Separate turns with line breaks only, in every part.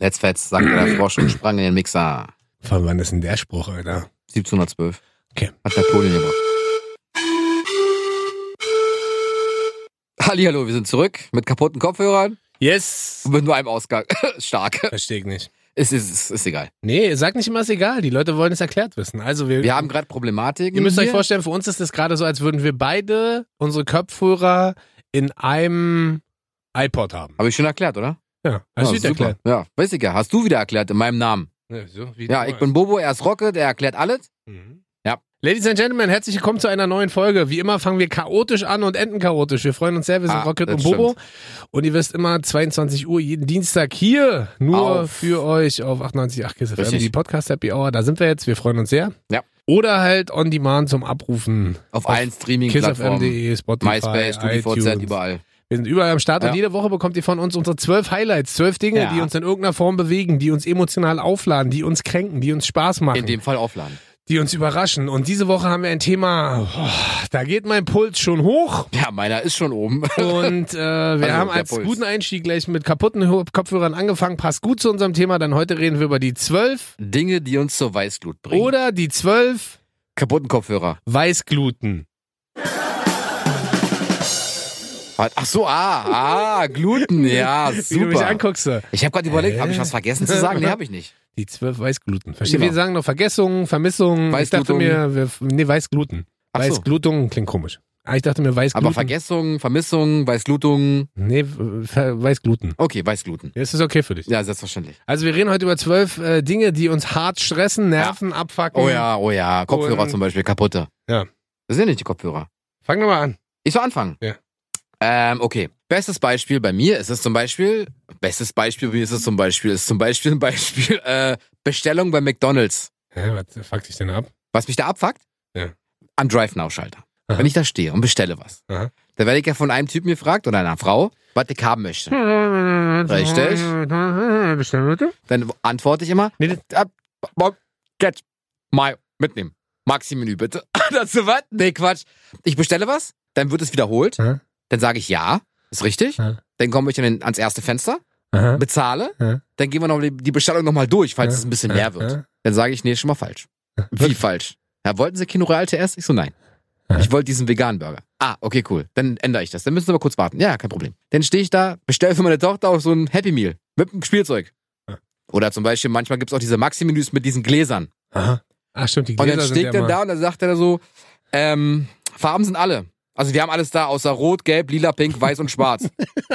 Jetzt fetzt, sagte der Frosch und sprang in den Mixer.
Von wann ist denn der Spruch, Alter?
1712.
Okay.
Hat Napoleon gebracht. Hallihallo, wir sind zurück mit kaputten Kopfhörern
Yes!
und mit nur einem Ausgang. Stark.
Verstehe ich nicht.
Ist, ist, ist, ist egal.
Nee, sag nicht immer, ist egal. Die Leute wollen es erklärt wissen. Also wir,
Wir haben gerade Problematiken.
ihr müsst euch
hier.
vorstellen, für uns ist es gerade so, als würden wir beide unsere Kopfhörer in einem iPod haben.
Habe ich schon erklärt, oder?
Ja, hast du
ja, super.
wieder erklärt.
Ja, weiß ich ja. Hast du wieder erklärt in meinem Namen.
Ja, so, wie
Ja,
du
ich bin Bobo, er ist Rocket, er erklärt alles.
Mhm.
Ja.
Ladies and Gentlemen, herzlich willkommen zu einer neuen Folge. Wie immer fangen wir chaotisch an und enden chaotisch. Wir freuen uns sehr, wir sind
Ah,
Rocket
das
und Bobo. Und ihr wisst immer, 22 Uhr jeden Dienstag hier, nur
Auf.
für euch auf 98.8 KISS FM,
Richtig.
die Podcast Happy Hour. Da sind wir jetzt, wir freuen uns sehr.
Ja.
Oder halt on demand zum Abrufen.
Auf, allen Streaming-Plattformen.
KISSFM.de, E, Spotify,
MySpace, StudiVZ,
iTunes.
überall.
Wir sind überall am Start
Ja.
und jede Woche bekommt ihr von uns unsere zwölf Highlights, zwölf Dinge,
Ja.
die uns in irgendeiner Form bewegen, die uns emotional aufladen, die uns kränken, die uns Spaß machen
In dem Fall aufladen.
die uns überraschen. Und diese Woche haben wir ein Thema, oh, da geht mein Puls schon hoch.
Ja, meiner ist schon oben.
Und äh, wir
Also,
haben
der
als
Puls.
guten Einstieg gleich mit kaputten Ho- Kopfhörern angefangen. Passt gut zu unserem Thema. Dann heute reden wir über die zwölf
Dinge, die uns zur Weißglut bringen.
oder die zwölf
Kaputten Kopfhörer.
Weißgluten.
Was? Ach so, ah, ah, Gluten, ja,
Wie du mich
super.
anguckst. äh,
Ich habe gerade überlegt, habe ich was vergessen zu sagen? Nee, habe ich nicht.
Die zwölf Weißgluten. Verstehe.
Genau.
Wir sagen noch Vergessungen, Vermissungen. Ich dachte
Weißglutung.
mir, wir, nee, Weißgluten.
Ach so.
Weißglutung klingt komisch. Ah, Ich dachte mir Weißgluten.
Aber Vergessung, Vermissung, Weißglutung.
Nee, Ver- Weißgluten.
Okay, Weißgluten.
Das ist okay für dich.
Ja, selbstverständlich.
Also wir reden heute über zwölf äh, Dinge, die uns hart stressen, nerven, abfacken.
Oh ja, oh ja, Kopfhörer
Und-
zum Beispiel, kaputte.
Ja.
Das sind nicht die Kopfhörer.
Fang doch mal an.
Ich soll anfangen.
Ja.
Ähm, okay. Bestes Beispiel bei mir ist es zum Beispiel, bestes Beispiel bei mir ist es zum Beispiel, ist zum Beispiel ein Beispiel, äh, Bestellung bei McDonalds.
Hä, was fuckt dich denn ab?
Was mich da abfuckt?
Ja.
Am Drive-Now-Schalter.
Aha.
Wenn ich da stehe und bestelle was,
Aha.
da werde ich ja von einem Typen gefragt oder einer Frau, was ich haben
Hm.
möchte. Richtig.
Bestellen bitte?
Dann antworte ich immer,
Nee, das-
äh, Bob, get my, mitnehmen. Maxi-Menü bitte. Dazu was? Nee, Quatsch. Ich bestelle was, dann wird es wiederholt,
Aha.
dann sage ich ja, ist richtig.
Ja.
Dann komme ich in den, ans erste Fenster,
Aha.
bezahle,
Ja.
dann gehen wir noch die, die Bestellung nochmal durch, falls
Ja,
es ein bisschen
ja,
leer wird.
ja.
Dann sage ich, nee, schon mal falsch. Wie
Wirklich?
falsch? Ja, wollten Sie Kino Real TS? Ich so, nein.
Ja.
Ich wollte diesen veganen Burger. Ah, okay, cool. Dann ändere ich das. Dann müssen Sie aber kurz warten. Ja, kein Problem. Dann stehe ich da, bestelle für meine Tochter auch so ein Happy Meal mit einem Spielzeug.
Ja.
Oder zum Beispiel, manchmal gibt's auch diese Maxi-Menüs mit diesen Gläsern.
Aha. Ach stimmt, die
Und
Gläser
dann
sind
steht
ja
er
immer-
da und dann sagt er so, ähm, Farben sind alle. Also wir haben alles da, außer Rot, Gelb, Lila, Pink, Weiß und Schwarz.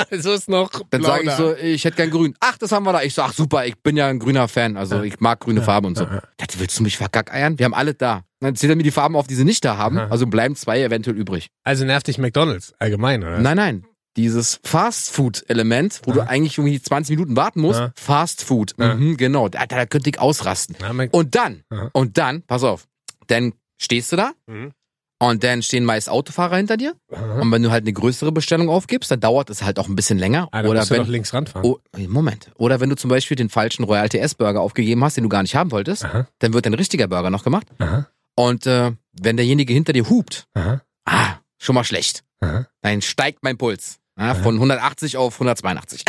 Es ist noch
Dann
blau
sage ich
da.
so, ich hätte gern grün. Ach, das haben wir da. Ich so, ach super, ich bin ja ein grüner Fan. Also ich mag grüne Farbe und so.
ja.
Das willst du mich verkackeiern? Wir haben alle da. Dann zählt er mir die Farben auf, die sie nicht da haben.
Ja.
Also bleiben zwei eventuell übrig.
Also nervt dich McDonalds allgemein, oder?
Nein, nein. Dieses Fast-Food-Element, wo
Ja.
du eigentlich irgendwie 20 Minuten warten musst.
Ja.
Fast-Food.
Ja.
Mhm, genau. Da, da könnte ich ausrasten.
Na, Mac
Und dann,
Ja.
und dann, pass auf, dann stehst du da
Mhm.
und dann stehen meist Autofahrer hinter dir.
Aha.
Und wenn du halt eine größere Bestellung aufgibst, dann dauert es halt auch ein bisschen länger.
Ah, da
Oder
musst du
wenn,
doch links ranfahren.
Oh, Moment. Oder wenn du zum Beispiel den falschen Royal TS Burger aufgegeben hast, den du gar nicht haben wolltest,
Aha.
dann wird dein richtiger Burger noch gemacht.
Aha.
Und äh, wenn derjenige hinter dir hupt,
Aha.
ah, schon mal schlecht.
Aha.
Dann steigt mein Puls. Ja, von 180 auf 182.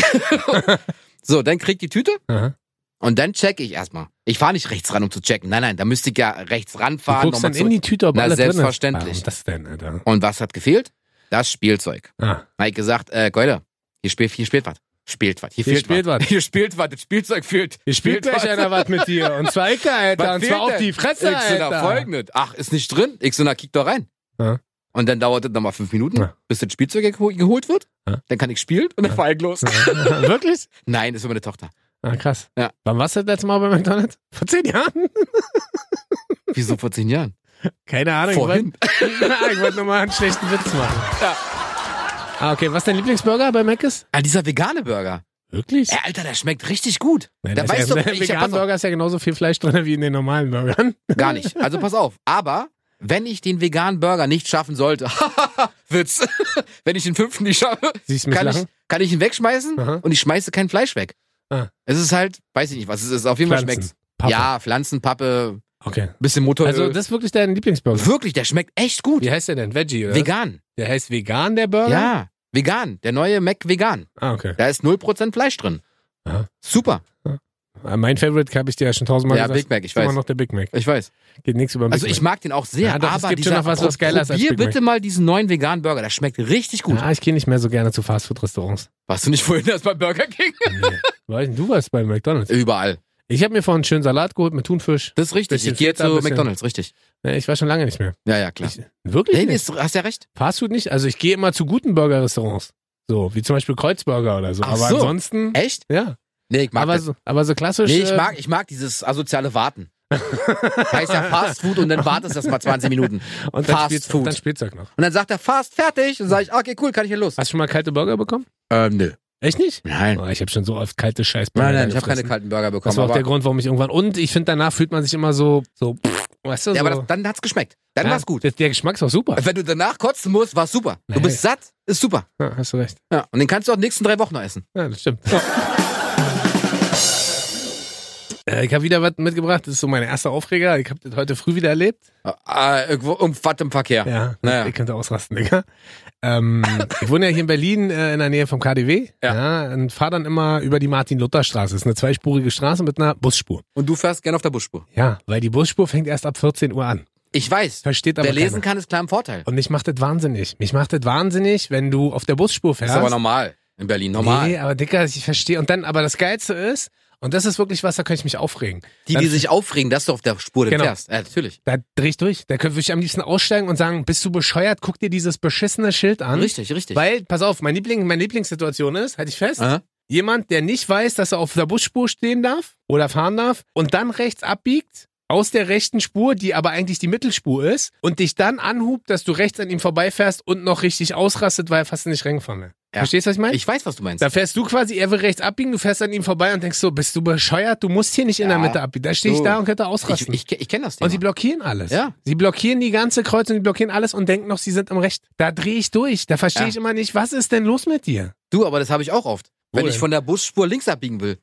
so, dann kriegt die Tüte
Aha.
und dann checke ich erstmal. Ich fahre nicht rechts ran, um zu checken. Nein, nein, da müsste ich ja rechts
Du
ranfahren.
guckst
nochmal
dann in
zurück.
die Tüte, ob
Na,
alles drin ist.
selbstverständlich.
Warum das denn, Alter?
Und was hat gefehlt? Das Spielzeug.
Ah.
Da hab ich gesagt, äh, Keule, hier, spiel, hier spielt was. Spielt was. Hier,
Hier
fehlt
spielt
was.
was.
Hier spielt was. Das Spielzeug fehlt.
Hier spielt
Spielt
gleich
was.
einer was mit dir. Und zwar Ecke, Alter.
Was
Und zwar
fehlt
auf
denn?
die Fresse,
Ich so,
Alter.
na, folgendes. Ach, ist nicht drin. Ich so, na, kick doch rein.
Ja.
Und dann dauert das nochmal fünf Minuten,
Ja.
bis das Spielzeug geho- geholt wird.
Ja.
Dann kann ich spielen und dann fahr ich los.
Wirklich?
Nein, das ist für meine Tochter.
Ah, krass.
Ja.
Wann warst du das letzte Mal bei McDonalds? Vor zehn Jahren?
Wieso vor zehn Jahren?
Keine Ahnung.
Vorhin.
Ich wollte wollt nochmal einen schlechten Witz machen.
Ja.
Ah, okay. Was ist dein Lieblingsburger bei Mac ist?
Ah, dieser vegane Burger.
Wirklich?
Ey, Alter, der schmeckt richtig gut.
Nein,
da
das
weißt
ist ja,
du, ich
veganen
pass auf,
Burger ist ja genauso viel Fleisch drin wie in den normalen Burgern.
gar nicht. Also pass auf. Aber wenn ich den veganen Burger nicht schaffen sollte, Witz, wenn ich den fünften nicht schaffe,
Siehst du mich
kann ich,
lachen?
kann ich ihn wegschmeißen
Aha.
und ich schmeiße kein Fleisch weg.
Ah.
Es ist halt, weiß ich nicht, was es ist. Auf jeden Fall
Pflanzen.
schmeckt
Papa.
Ja, Pflanzenpappe,
Okay.
bisschen Motoröl.
Also, das ist wirklich dein Lieblingsburger.
Wirklich, der schmeckt echt gut.
Wie heißt der denn? Veggie, oder?
Vegan.
Der heißt vegan, der Burger?
Ja, vegan. Der neue Mac vegan.
Ah, okay.
Da ist 0% Fleisch drin.
Aha.
Super.
Ja. Äh, Mein Favorite habe ich dir ja schon tausendmal
Ja,
gesagt.
Big Mac, ich
ist immer
weiß.
noch der Big Mac.
Ich weiß.
Geht nichts über den
Also
Big
ich
Mac.
mag den auch sehr,
Ja, doch, es
aber
gibt schon
dieser-
noch was, was geiler ist als
Probier
Big Mac.
bitte mal diesen neuen veganen Burger, der schmeckt richtig gut.
Ah, ich gehe nicht mehr so gerne zu Fastfood-Restaurants.
Warst du nicht vorhin erst bei Burger King?
Weil du warst bei McDonalds.
Überall.
Ich habe mir vorhin einen schönen Salat geholt mit Thunfisch.
Das ist richtig.
Bisschen
Ich gehe
Feta,
zu
bisschen-
McDonalds, richtig.
Ne, Ich war schon lange nicht mehr.
Ja, ja, klar.
Ich, wirklich?
Nee, nee,
nicht.
ist- hast ja recht.
Fastfood nicht. Also ich gehe immer zu guten Burger-Restaurants. So, wie zum Beispiel Kreuzburger oder so.
Ach
aber
so.
ansonsten,
Echt?
ja.
Nee, ich mag
Aber
das.
so, aber so klassisch.
Nee, ich
äh,
mag, ich mag dieses asoziale Warten. heißt ja Fast Food und dann wartest du erst mal 20 Minuten.
und äh, dann
Fast
Spielzeug-
Food.
Dann Spielzeug noch.
Und dann sagt er Fast, fertig. Und sage ich, okay, cool, kann ich hier los.
Hast du schon mal kalte Burger bekommen?
Ähm, nö.
Echt nicht?
Nein.
Oh, ich habe schon so oft kalte Scheißburger.
Nein, nein, ich habe
gefressen.
keine kalten Burger bekommen.
Das war auch
aber,
der Grund, warum ich irgendwann. Und ich finde, danach fühlt man sich immer so, so, pff, weißt du,
ja,
so.
aber das, dann hat's geschmeckt. Dann
Ja,
war's gut. Also
Der, der Geschmack ist auch super.
Wenn du danach kotzen musst, war's super. Du
Nee.
bist satt, ist super.
Ja, hast du recht.
Ja. Und den kannst du auch die nächsten drei Wochen noch essen.
Ja, das stimmt. Äh, Ich habe wieder was mitgebracht. Das ist so mein erster Aufreger. Ich habe das heute früh wieder erlebt.
Äh, irgendwo irgendwas im Verkehr.
Ja,
Naja.
ich könnte ausrasten, Digga. Ähm, ich wohne ja hier in Berlin äh, in der Nähe vom KDW.
Ja.
und fahre dann immer über die Martin-Luther-Straße. Das ist eine zweispurige Straße mit einer Busspur.
Und du fährst gerne auf der Busspur.
Ja, weil die Busspur fängt erst ab 14 Uhr an.
Ich weiß.
Versteht aber
Wer lesen
keiner.
kann, ist klar im Vorteil.
Und mich macht das wahnsinnig. Mich macht das wahnsinnig, wenn du auf der Busspur
Das
fährst.
ist aber normal. In Berlin, normal.
Nee, aber Dicker, ich verstehe. Und dann, aber das Geilste ist, und das ist wirklich was, da könnte ich mich aufregen.
Die, die
Dann-
sich aufregen, dass du auf der Spur denn
Genau.
fährst. Ja, natürlich.
Da dreh ich durch. Da könnte ich am liebsten aussteigen und sagen, bist du bescheuert, guck dir dieses beschissene Schild an.
Richtig, richtig.
Hm? Weil, pass auf, mein Liebling, meine Lieblingssituation ist, halte ich fest,
Aha.
jemand, der nicht weiß, dass er auf der Busspur stehen darf oder fahren darf und dann rechts abbiegt aus der rechten Spur, die aber eigentlich die Mittelspur ist und dich dann anhubt, dass du rechts an ihm vorbeifährst und noch richtig ausrastet, weil er fast nicht reingefahren will.
Ja.
Verstehst du, was ich meine?
ich weiß, was du meinst.
Da fährst du quasi, er will rechts abbiegen, du fährst an ihm vorbei und denkst so, bist du bescheuert? Du musst hier nicht in der
Ja.
Mitte abbiegen. Da stehe ich
Du.
da und könnte
Ich,
ausrasten.
ich, ich kenne das Thema.
und sie blockieren alles.
Ja.
Sie blockieren die ganze Kreuzung, sie blockieren alles und denken noch, sie sind im Recht. Da drehe ich durch. Da verstehe
Ja.
ich immer nicht, was ist denn los mit dir?
du, aber das habe ich auch oft. Wenn
Wo
ich
denn?
von der Busspur links abbiegen will.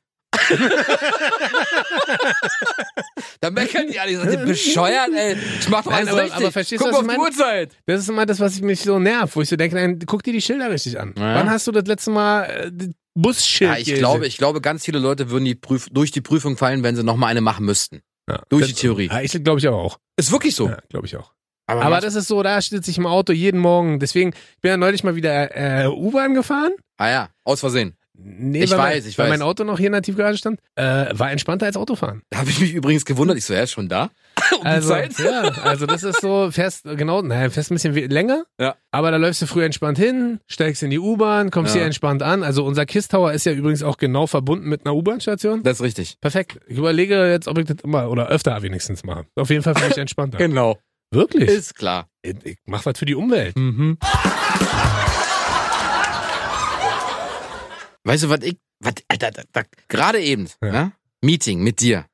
da meckern die alle, die sind bescheuert, ey. Ich mach doch
Nein,
alles
aber-
richtig.
aber verstehst du,
Guck
was
mal
ich
auf die
meine?
Uhrzeit.
Das ist immer das, was ich mich so nervt, wo ich so denke, nein, guck dir die Schilder richtig an.
Ja.
Wann hast du das letzte Mal äh, das Busschild?
Ja, ich glaube, ich glaube, ganz viele Leute würden die Prüf durch die Prüfung fallen, wenn sie nochmal eine machen müssten. durch die Theorie.
Ja, ich glaube ich aber auch.
Ist wirklich so.
Ja, glaube ich auch.
Aber,
Aber das ist so, da sitze ich im Auto jeden Morgen. Deswegen, ich bin ja neulich mal wieder äh, U-Bahn gefahren.
ah ja, aus Versehen.
Nee,
Ich
weil
weiß, ich
weil
weiß.
mein Auto noch hier in der Tiefgarage stand, äh, war entspannter als Autofahren.
Da habe ich mich übrigens gewundert. Ich so, er ist schon da. um
Also,
die Zeit.
ja, also das ist so, fährst genau, naja, fährst ein bisschen we- länger,
Ja.
aber da läufst du früh entspannt hin, steigst in die U-Bahn, kommst
Ja.
hier entspannt an. Also unser Kistauer ist ja übrigens auch genau verbunden mit einer U-Bahn-Station.
Das ist richtig.
Perfekt. Ich überlege jetzt, ob ich das immer oder öfter wenigstens mache. Auf jeden Fall finde ich entspannter.
Genau.
Wirklich?
Ist Mhm. klar.
ich, ich mach was für die Umwelt.
Weißt du, was ich, was, Alter, da, da, gerade eben,
Ja.
ne? Meeting mit dir.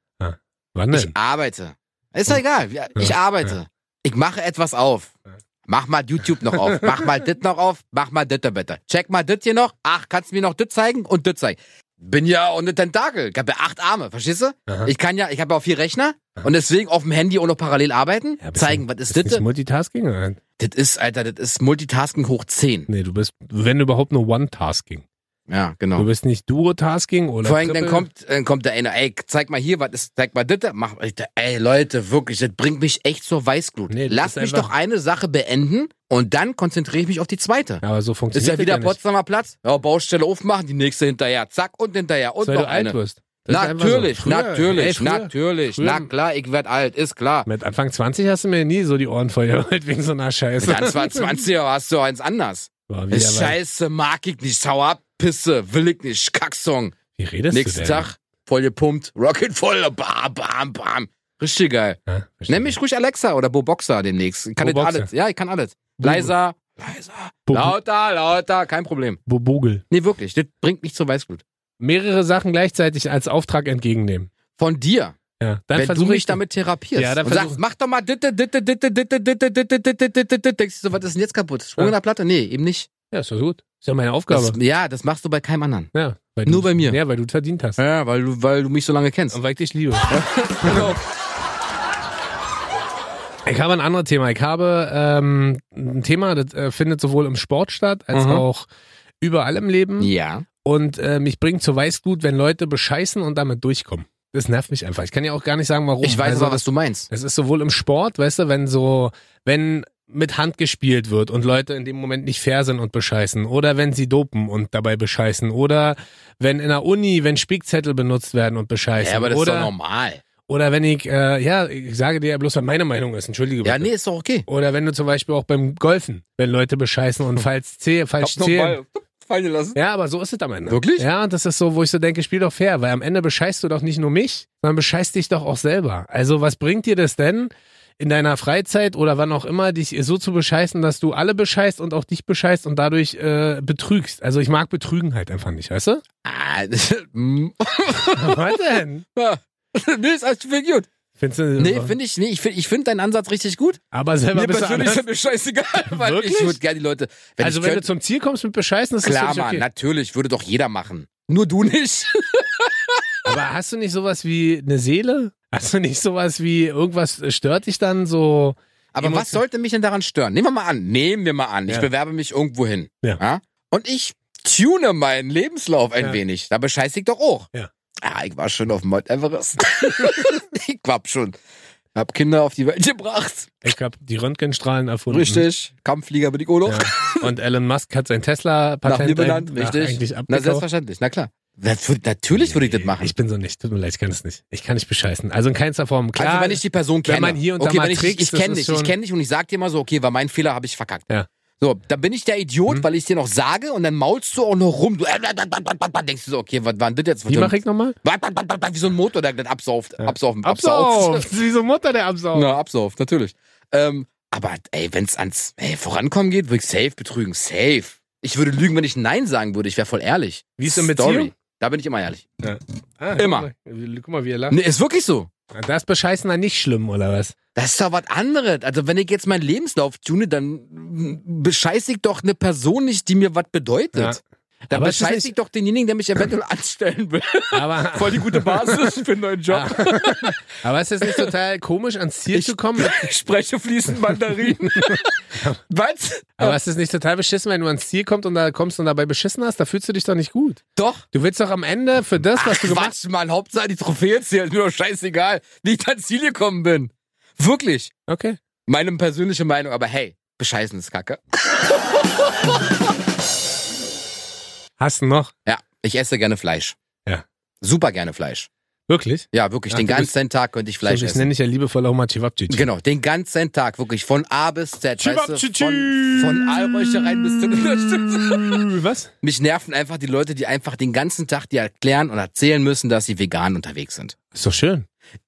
Wann
Ich
denn?
arbeite. Ist doch egal. Ja, Ich
Ja.
arbeite. Ich mache etwas auf.
Ja.
Mach mal YouTube noch auf. Mach mal dit noch auf. Mach mal dit da bitte. Check mal dit hier noch. Ach, kannst du mir noch dit zeigen und dit zeigen. Bin ja ohne Tentakel. Ich habe ja acht Arme, verstehst du?
Aha.
Ich kann ja, ich habe ja auch vier Rechner und deswegen auf dem Handy auch noch parallel arbeiten.
Ja, bist
zeigen,
du-
was ist
bist du
dit?
nicht Multitasking? oder?
Das ist, Alter, das ist Multitasking hoch 10.
Nee, du bist, wenn überhaupt, nur One-Tasking.
Ja,
Du
genau.
bist nicht Duotasking oder.
Vor allem, dann
Triple-
kommt, dann kommt der eine, ey, zeig mal hier, was ist, zeig mal das, mach, ich da- ey, Leute, wirklich, das bringt mich echt zur Weißglut.
Nee, das
Lass
ist
mich
einfach-
doch eine Sache beenden und dann konzentriere ich mich auf die zweite.
Ja, aber so
Ist
funktioniert
ja wieder
das nicht.
Potsdamer Platz, ja, Baustelle aufmachen, die nächste hinterher, zack, und hinterher, und
Weil
noch
du alt
eine.
wirst. Das ist einfach so.
Natürlich,
Früher-
natürlich,
ey, früher-
natürlich,
früher-
na klar, ich werd alt, ist klar.
Mit Anfang 20 hast du mir nie so die Ohren voll geholt wegen so einer Scheiße.
Dann zwar 20 aber hast du eins anders.
Boah, wie,
Ist
aber-
scheiße, mag ich nicht, hau ab, Pisse, will ich nicht, Kacksong.
wie redest du
Nächsten
denn?
Tag voll gepumpt, Rocket voll, bam, bam, bam. Richtig geil.
Ja, verstehe.
Nenn mich ruhig Alexa oder Bo Boxer demnächst. Ich kann
Bo
das
Boxer.
alles. Ja, ich kann alles.
Bo-
Leiser, leiser,
Bo-
lauter, lauter, kein Problem.
Bo Bogel.
Nee, wirklich, das bringt mich zur Weißglut.
Mehrere Sachen gleichzeitig als Auftrag entgegennehmen.
Von dir,
Ja, dann
wenn du
versuche
mich
ich
damit therapierst
Ja, dann
und
versuch-
sagst, mach doch mal ditte, ditte, ditte, ditte, ditte, ditte, ditte, ditte, ditte, denkst du so, was ist denn jetzt kaputt? Sprung
Ja.
in der Platte? Nee, eben nicht.
Ja, ist doch gut. Ist ja meine
Das,
Aufgabe.
ja, das machst du bei keinem anderen.
ja, weil
nur
du,
bei mir.
Ja, weil du es verdient hast.
Ja, weil du, weil du mich so lange kennst.
Und weil ich dich liebe.
Genau.
Ich habe ein anderes Thema. Ich habe ähm, ein Thema, das äh, findet sowohl im Sport statt, als
Mhm.
auch überall im Leben.
ja.
ähm, Und äh, mich bringt zur Weißglut, wenn Leute bescheißen und damit durchkommen. Das nervt mich einfach. Ich kann ja auch gar nicht sagen, warum.
Ich weiß
also,
aber, was du meinst.
Es ist sowohl im Sport, weißt du, wenn so, wenn mit Hand gespielt wird und Leute in dem Moment nicht fair sind und bescheißen oder wenn sie dopen und dabei bescheißen oder wenn in der Uni, wenn Spickzettel benutzt werden und bescheißen
Ja, aber das
oder,
ist doch normal.
oder wenn ich, äh, ja, ich sage dir ja bloß, was meine Meinung ist, entschuldige bitte.
Ja, nee, ist doch okay.
Oder wenn du zum Beispiel auch beim Golfen, wenn Leute bescheißen und falsch zählen, falsch zählen.
fallen lassen.
Ja, aber so ist es am Ende.
Wirklich?
Ja, das ist so, wo ich so denke, spiel doch fair, weil am Ende bescheißt du doch nicht nur mich, sondern bescheißt dich doch auch selber. Also was bringt dir das denn, in deiner Freizeit oder wann auch immer, dich so zu bescheißen, dass du alle bescheißt und auch dich bescheißt und dadurch äh, betrügst? Also ich mag Betrügen halt einfach nicht, weißt du?
Ah, hm.
Was denn?
Ja. nee, ist alles viel gut.
Findest du,
Nee, finde ich, nee, ich finde ich find deinen Ansatz richtig gut.
aber selber bist du anders.
mir scheißegal, weil
Wirklich?
ich würde gerne die Leute. Wenn
Also
ich
wenn
könnte,
du zum Ziel kommst mit Bescheißen, das
klar,
ist doch
Mann,
nicht okay.
natürlich, würde doch jeder machen. Nur du nicht.
Aber hast du nicht sowas wie eine Seele? Hast du nicht sowas wie irgendwas äh, stört dich dann so?
Aber
Emotion-
was sollte mich denn daran stören? Nehmen wir mal an, nehmen wir mal an, ich
Ja.
bewerbe mich irgendwo hin.
Ja.
Und ich tune meinen Lebenslauf ein
Ja.
wenig. Da bescheiß ich doch auch.
Ja.
Ah, ich war schon auf Mount Everest. ich hab schon. Hab Kinder auf die Welt gebracht.
Ich habe die Röntgenstrahlen erfunden.
Richtig. Kampfflieger bin ich auch noch.
Mhm. Ja. Und Elon Musk hat sein Tesla-Patent
Nach mir benannt,
ein-
richtig.
Ach, eigentlich
Na,
abgekauft.
selbstverständlich, na klar. Das würd, natürlich würde ich das machen.
Ich bin so nicht. Tut mir leid, ich kann es nicht. Ich kann nicht bescheißen. Also in keinster Form. Klar.
also wenn ich die Person
wenn
kenne.
man hier und da
okay,
mal
wenn ich,
trickst,
ich
das
kenne
ist
dich,
schon-
ich kenne dich und ich sag dir mal so, okay, war mein Fehler, habe ich verkackt.
Ja.
So, dann bin ich der Idiot,
Mhm.
weil ich es dir noch sage und dann maulst du auch noch rum. Du äh, denkst du so, okay, was war denn das jetzt? für
Wie
ein-
mache ich nochmal?
Wie so ein Motor, der das absauft.
Ja.
Absaufen, absauft.
Absauft. Wie so Mutter, der absauft.
Na, absauft, natürlich. Ähm, aber ey, wenn es ans ey, Vorankommen geht, würde ich safe betrügen. Safe. Ich würde lügen, wenn ich Nein sagen würde. Ich wäre voll ehrlich.
Wie ist es in
Story.
Beziehung?
Da bin ich immer ehrlich.
Ah,
Immer.
Guck mal, guck mal, wie er lacht.
Nee, ist wirklich so.
Das ist Bescheißen dann nicht schlimm, oder was?
Das ist doch was anderes. Also wenn ich jetzt meinen Lebenslauf tune, dann mm, bescheiß ich doch eine Person nicht, die mir was bedeutet. Dann
Aber es ist
bescheiß
nicht-
ich doch denjenigen, der mich eventuell anstellen will. Ah.
Aber,
Voll die gute Basis für einen neuen Job.
aber ist das nicht total komisch, ans Ziel zu kommen?
Ich spreche fließend Mandarin. was?
Aber ist das nicht total beschissen, wenn du ans Ziel kommst und da kommst und dabei beschissen hast? Da fühlst du dich doch nicht gut.
Doch.
Du willst doch am Ende für das, was du gemacht
Quatsch, Mann. Hauptsache die Trophäe zählt. Mir doch scheißegal, wie ich ans Ziel gekommen bin. Wirklich.
Okay.
Meine persönliche Meinung. Aber hey, bescheißen ist Kacke.
Hast du noch?
Ja, ich esse gerne Fleisch.
Ja.
Super gerne Fleisch.
Wirklich?
Ja, wirklich.
Ach,
den
du
ganzen Tag könnte ich Fleisch
So, ich
essen.
nenne dich ja liebevoll auch mal Chivapchichi.
Genau, den ganzen Tag, wirklich, von A bis Z. Weißt du,
Chibabchichi.
von, von Allräuchereien bis zur Unterstützung.
Was?
Mich nerven einfach die Leute, die einfach den ganzen Tag dir erklären und erzählen müssen, dass sie vegan unterwegs sind.
Ist doch schön.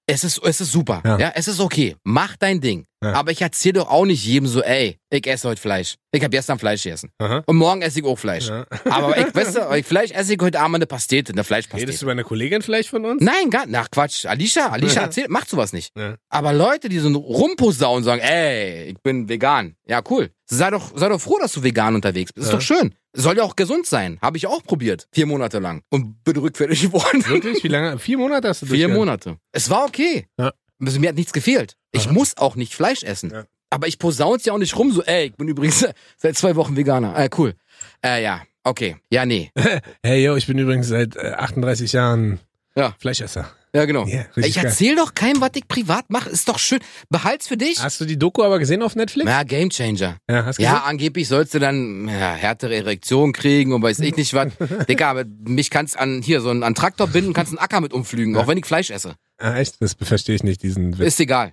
Es ist, es ist super, ja.
Ja.
es ist okay. Mach dein Ding.
Ja.
Aber ich erzähl doch auch nicht jedem so, ey, ich esse heute Fleisch. Ich habe gestern Fleisch gegessen.
Aha.
Und morgen esse ich auch Fleisch.
Ja.
Aber ich, weißt du, ich, vielleicht esse ich heute Abend eine Pastete, eine
Redest
Fleischpastete.
du über eine Kollegin vielleicht von uns?
Nein, gar Ach Quatsch. Alicia, Alicia
Ja.
erzählt, macht sowas nicht.
Ja.
Aber Leute, die so rumposaunen und sagen, ey, ich bin vegan. Ja, cool. Sei doch, sei doch froh, dass du vegan unterwegs bist. Ist
Ja.
doch schön. Soll ja auch gesund sein. Habe ich auch probiert. Vier Monate lang. Und bin rückfällig geworden.
Wirklich? Wie lange? Vier Monate hast du
Vier
durchgehalten?
Monate. Es war okay.
Ja.
Also, mir hat nichts gefehlt. Ich
Ja.
muss auch nicht Fleisch essen.
Ja.
Aber ich posaun's ja auch nicht rum, so, ey, ich bin übrigens seit zwei Wochen Veganer. Äh, cool. Äh, ja, okay. Ja, nee.
Hey, yo, ich bin übrigens seit äh, 38 Jahren
Ja.
Fleischesser.
Ja, genau.
Ja, richtig
ich
geil.
erzähl doch keinem, was ich privat mache. Ist doch schön. Behalt's für dich.
Hast du die Doku aber gesehen auf Netflix?
Ja, Gamechanger.
Ja, hast du
Ja, angeblich sollst du dann ja, härtere Erektion kriegen und weiß ich nicht was. Digga, aber mich kannst an hier so einen an Traktor binden, kannst einen Acker mit umflügen, auch wenn ich Fleisch esse.
gesehen? Ah, echt? Das verstehe ich nicht, diesen Witz.
Ist egal.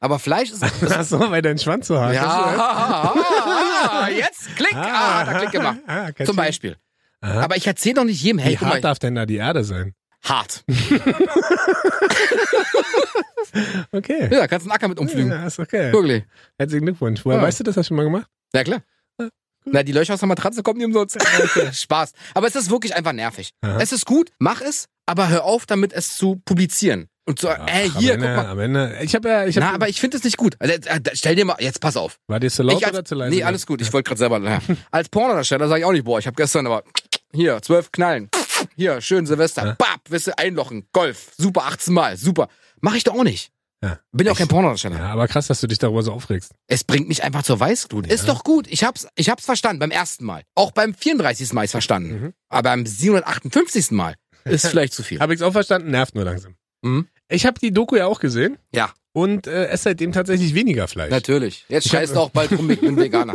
Aber Fleisch ist.
Ach so, weil dein Schwanz so hart Ah, ist.
Ja, ah, jetzt klick, ah, hat er Klick gemacht.
Ah, Katsching.
Zum Beispiel.
Aha.
Aber ich erzähle doch nicht jedem, hey,
Wie
guck mal,
hart darf denn da die Erde sein?
hart.
Okay.
Ja, kannst einen Acker mit umflügen.
Ja, ist okay.
Wirklich.
Herzlichen Glückwunsch. Woher
Ja.
weißt du das? Hast du schon mal gemacht?
Na klar.
Ah,
Na, die Löcher aus der Matratze kommen nicht umsonst. Spaß. Aber es ist wirklich einfach nervig.
Aha.
Es ist gut, mach es, aber hör auf damit, es zu publizieren. Und zu, ey,
Ach,
Äh, hier,
am
guck
Ende,
mal.
Am Ende. Ich habe ja, ich
Na,
hab,
aber ich finde es nicht gut. Also, äh, da- stell dir mal, jetzt pass auf.
war dir zu laut
ich als,
oder zu leise?
nee, alles gut. Ich wollte gerade selber. Ja. Als Pornodarsteller sage ich auch nicht, boah, ich habe gestern aber hier zwölf Knallen. Hier, schön Silvester.
Ja.
Bap, wisst ihr, einlochen. Golf. Super, 18 Mal. Super. Mache ich doch auch nicht.
Ja.
Bin ja auch kein Pornodarsteller.
Ja, aber krass, dass du dich darüber so aufregst.
Es bringt mich einfach zur Weißglut.
Ja.
Ist doch gut. Ich hab's, ich hab's verstanden beim ersten Mal. Auch beim 34.
Mhm.
Mal ich's verstanden. Aber beim 758. Mal ist vielleicht zu viel.
Habe ich's auch verstanden? Nervt nur langsam.
Mhm.
Ich habe die Doku ja auch gesehen.
Ja.
Und äh, esse seitdem tatsächlich weniger Fleisch.
Natürlich. Jetzt
Ich hab-
scheißt du auch bald rum, ich bin Veganer.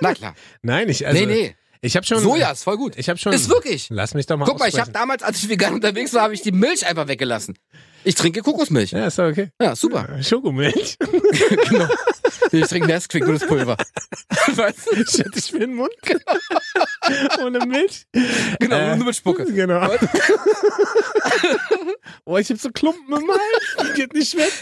Na klar.
Nein, ich also,
nee, nee.
ich habe schon
Soja ist voll gut.
Ich habe schon
Ist wirklich.
Lass mich doch mal
Guck mal, ich habe
aussprechen.
damals, als ich vegan unterwegs war, habe ich die Milch einfach weggelassen. Ich trinke Kokosmilch.
Ja, ist doch okay.
Ja, super.
Schokomilch.
Genau. Ich trinke Nesquik, gutes Pulver. Weißt du?
Shit, ich will den Mund. Ohne Milch.
Genau,
Äh,
nur mit Spucke.
Genau. oh, ich hab so Klumpen im Hals. Die geht nicht weg.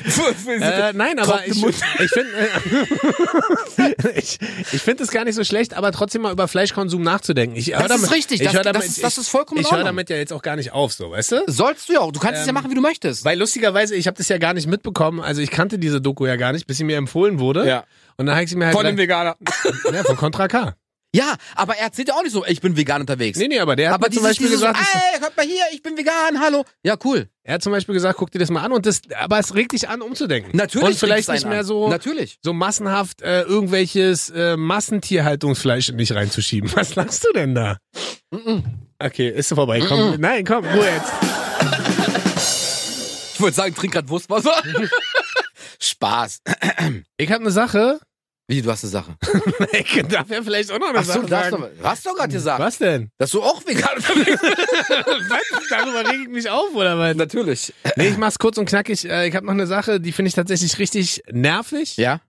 Äh, nein, aber
Trockene
ich,
Mund.
ich finde äh, ich, ich find es gar nicht so schlecht, aber trotzdem mal über Fleischkonsum nachzudenken. Ich,
Das ist richtig, das, das, ist, das ist vollkommen in
Ich, ich höre
Ordnung.
damit ja jetzt auch gar nicht auf, so, weißt du?
Sollst du ja auch, du kannst es ja
Ähm,
machen, wie du möchtest.
Weil lustigerweise, ich habe das ja gar nicht mitbekommen, also ich kannte diese Doku ja gar nicht, bis sie mir empfohlen wurde. Und dann habe ich sie mir halt gleich-
Veganer.
ja, von Contra K.
Ja, aber er erzählt ja auch nicht so, ich bin vegan unterwegs.
Nee, nee, aber der hat
aber
mir zum
dieses,
Beispiel
dieses Ah!
gesagt,
so, ey, kommt mal hier, ich bin vegan, hallo. Ja, cool.
er hat zum Beispiel gesagt, guck dir das mal an und das, aber es regt dich an, umzudenken.
Natürlich.
Und vielleicht
kriegst du einen
nicht mehr
an.
so,
Natürlich.
so massenhaft äh, irgendwelches äh, Massentierhaltungsfleisch in dich reinzuschieben. Was lachst du denn da? Okay, ist vorbei. Komm, nein, komm, Ruhe jetzt.
Ich würde sagen, trink grad Wurstwasser. Spaß.
Ich habe eine Sache.
Wie, du hast eine Sache.
Ich darf ja vielleicht auch noch eine
Ach so,
Sache
du hast
sagen.
doch, hast doch gerade gesagt,
Was denn?
dass du auch vegan unterwegs bist.
Was? Darüber reg ich mich auf, oder was?
Natürlich.
Nee, ich mach's kurz und knackig. Äh, Ich habe noch eine Sache, die finde ich tatsächlich richtig nervig.
Ja.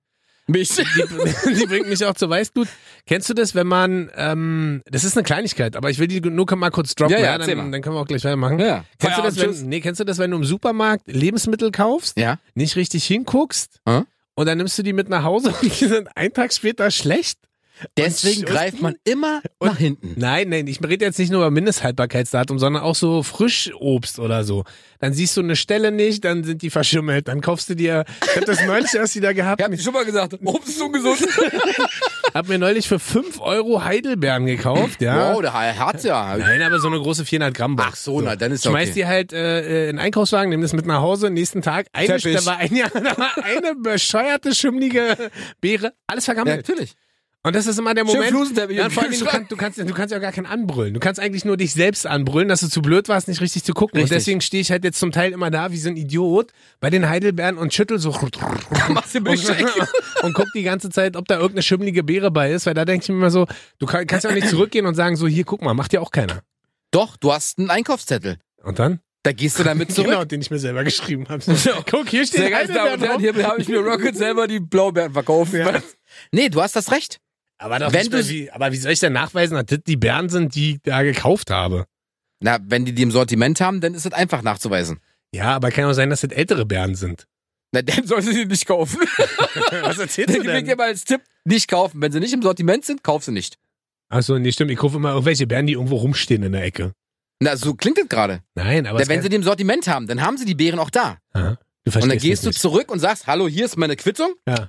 Mich.
Die, die bringt mich auch zur Weißglut. Kennst du das, wenn man, ähm, das ist eine Kleinigkeit, aber ich will die nur mal kurz droppen,
Ja, ja, erzähl
dann,
mal.
dann können wir auch gleich weitermachen.
Ja.
Kennst, du das,
Feierabend,
wenn, nee, kennst du das, wenn du im Supermarkt Lebensmittel kaufst,
Ja.
nicht richtig hinguckst
Hä?
und dann nimmst du die mit nach Hause und die sind einen Tag später schlecht?
Deswegen
Und-
greift man immer nach hinten.
Nein, nein, ich rede jetzt nicht nur über Mindesthaltbarkeitsdatum, sondern auch so Frischobst oder so. Dann siehst du eine Stelle nicht, dann sind die verschimmelt, dann kaufst du dir, ich hab das neulich erst wieder gehabt,
Ich hab schon mal gesagt, Obst ist ungesund.
hab mir neulich für 5 Euro Heidelbeeren gekauft, ja.
Wow, der hat's ja.
Nein, aber so eine große 400 Gramm Box.
Ach so, na, dann ist ja
Schmeiß
okay.
die halt äh, äh, in den Einkaufswagen, nimm das mit nach Hause, nächsten Tag eine,
Teppich.
da war ein, ja, da war eine bescheuerte, schimmelige Beere, alles
Ja,
vergammelt.
natürlich.
Und das ist immer der Moment,
Flusenteppich
Ja,
im
vor allem, du,
Kühlschrank.
kannst, du, kannst, du kannst ja auch gar keinen anbrüllen. Du kannst eigentlich nur dich selbst anbrüllen, dass du zu blöd warst, nicht richtig zu gucken. Und
Richtig.
deswegen stehe ich halt jetzt zum Teil immer da wie so ein Idiot bei den Heidelbeeren und schüttel so
Machst du
und, und guck die ganze Zeit, ob da irgendeine schimmelige Beere bei ist, weil da denke ich mir immer so, du kann, kannst ja auch nicht zurückgehen und sagen so, hier, guck mal, macht ja auch keiner.
Doch, du hast einen Einkaufszettel.
Und dann?
Da gehst du damit zurück.
Genau, den ich mir selber geschrieben habe. So, guck, hier steht
Sehr geehrte Damen
Heidelbeeren
und Herren,
drauf.
hier habe ich mir Rocket selber die Blaubeeren verkauft.
Ja.
Nee, du hast das Recht.
Aber, doch
Wenn
nicht mehr
du-
wie, aber wie soll ich denn nachweisen, dass das die Beeren sind, die ich da gekauft habe?
Na, wenn die die im Sortiment haben, dann ist es einfach nachzuweisen.
Ja, aber kann auch sein, dass das ältere Beeren sind.
Na, dann sollst du sie nicht kaufen.
Was erzählst
Ich gebe dir mal als Tipp, nicht kaufen. Wenn sie nicht im Sortiment sind, kauf sie nicht.
Achso, nee, stimmt. Ich kaufe immer irgendwelche Beeren, die irgendwo rumstehen in der Ecke.
Na, so klingt das gerade.
Nein, aber
Na,
es
Wenn
kann-
sie die im Sortiment haben, dann haben sie die Beeren auch da.
Aha, du verstehst
Und dann gehst
mich
du
nicht.
zurück und sagst, hallo, hier ist meine Quittung.
Ja.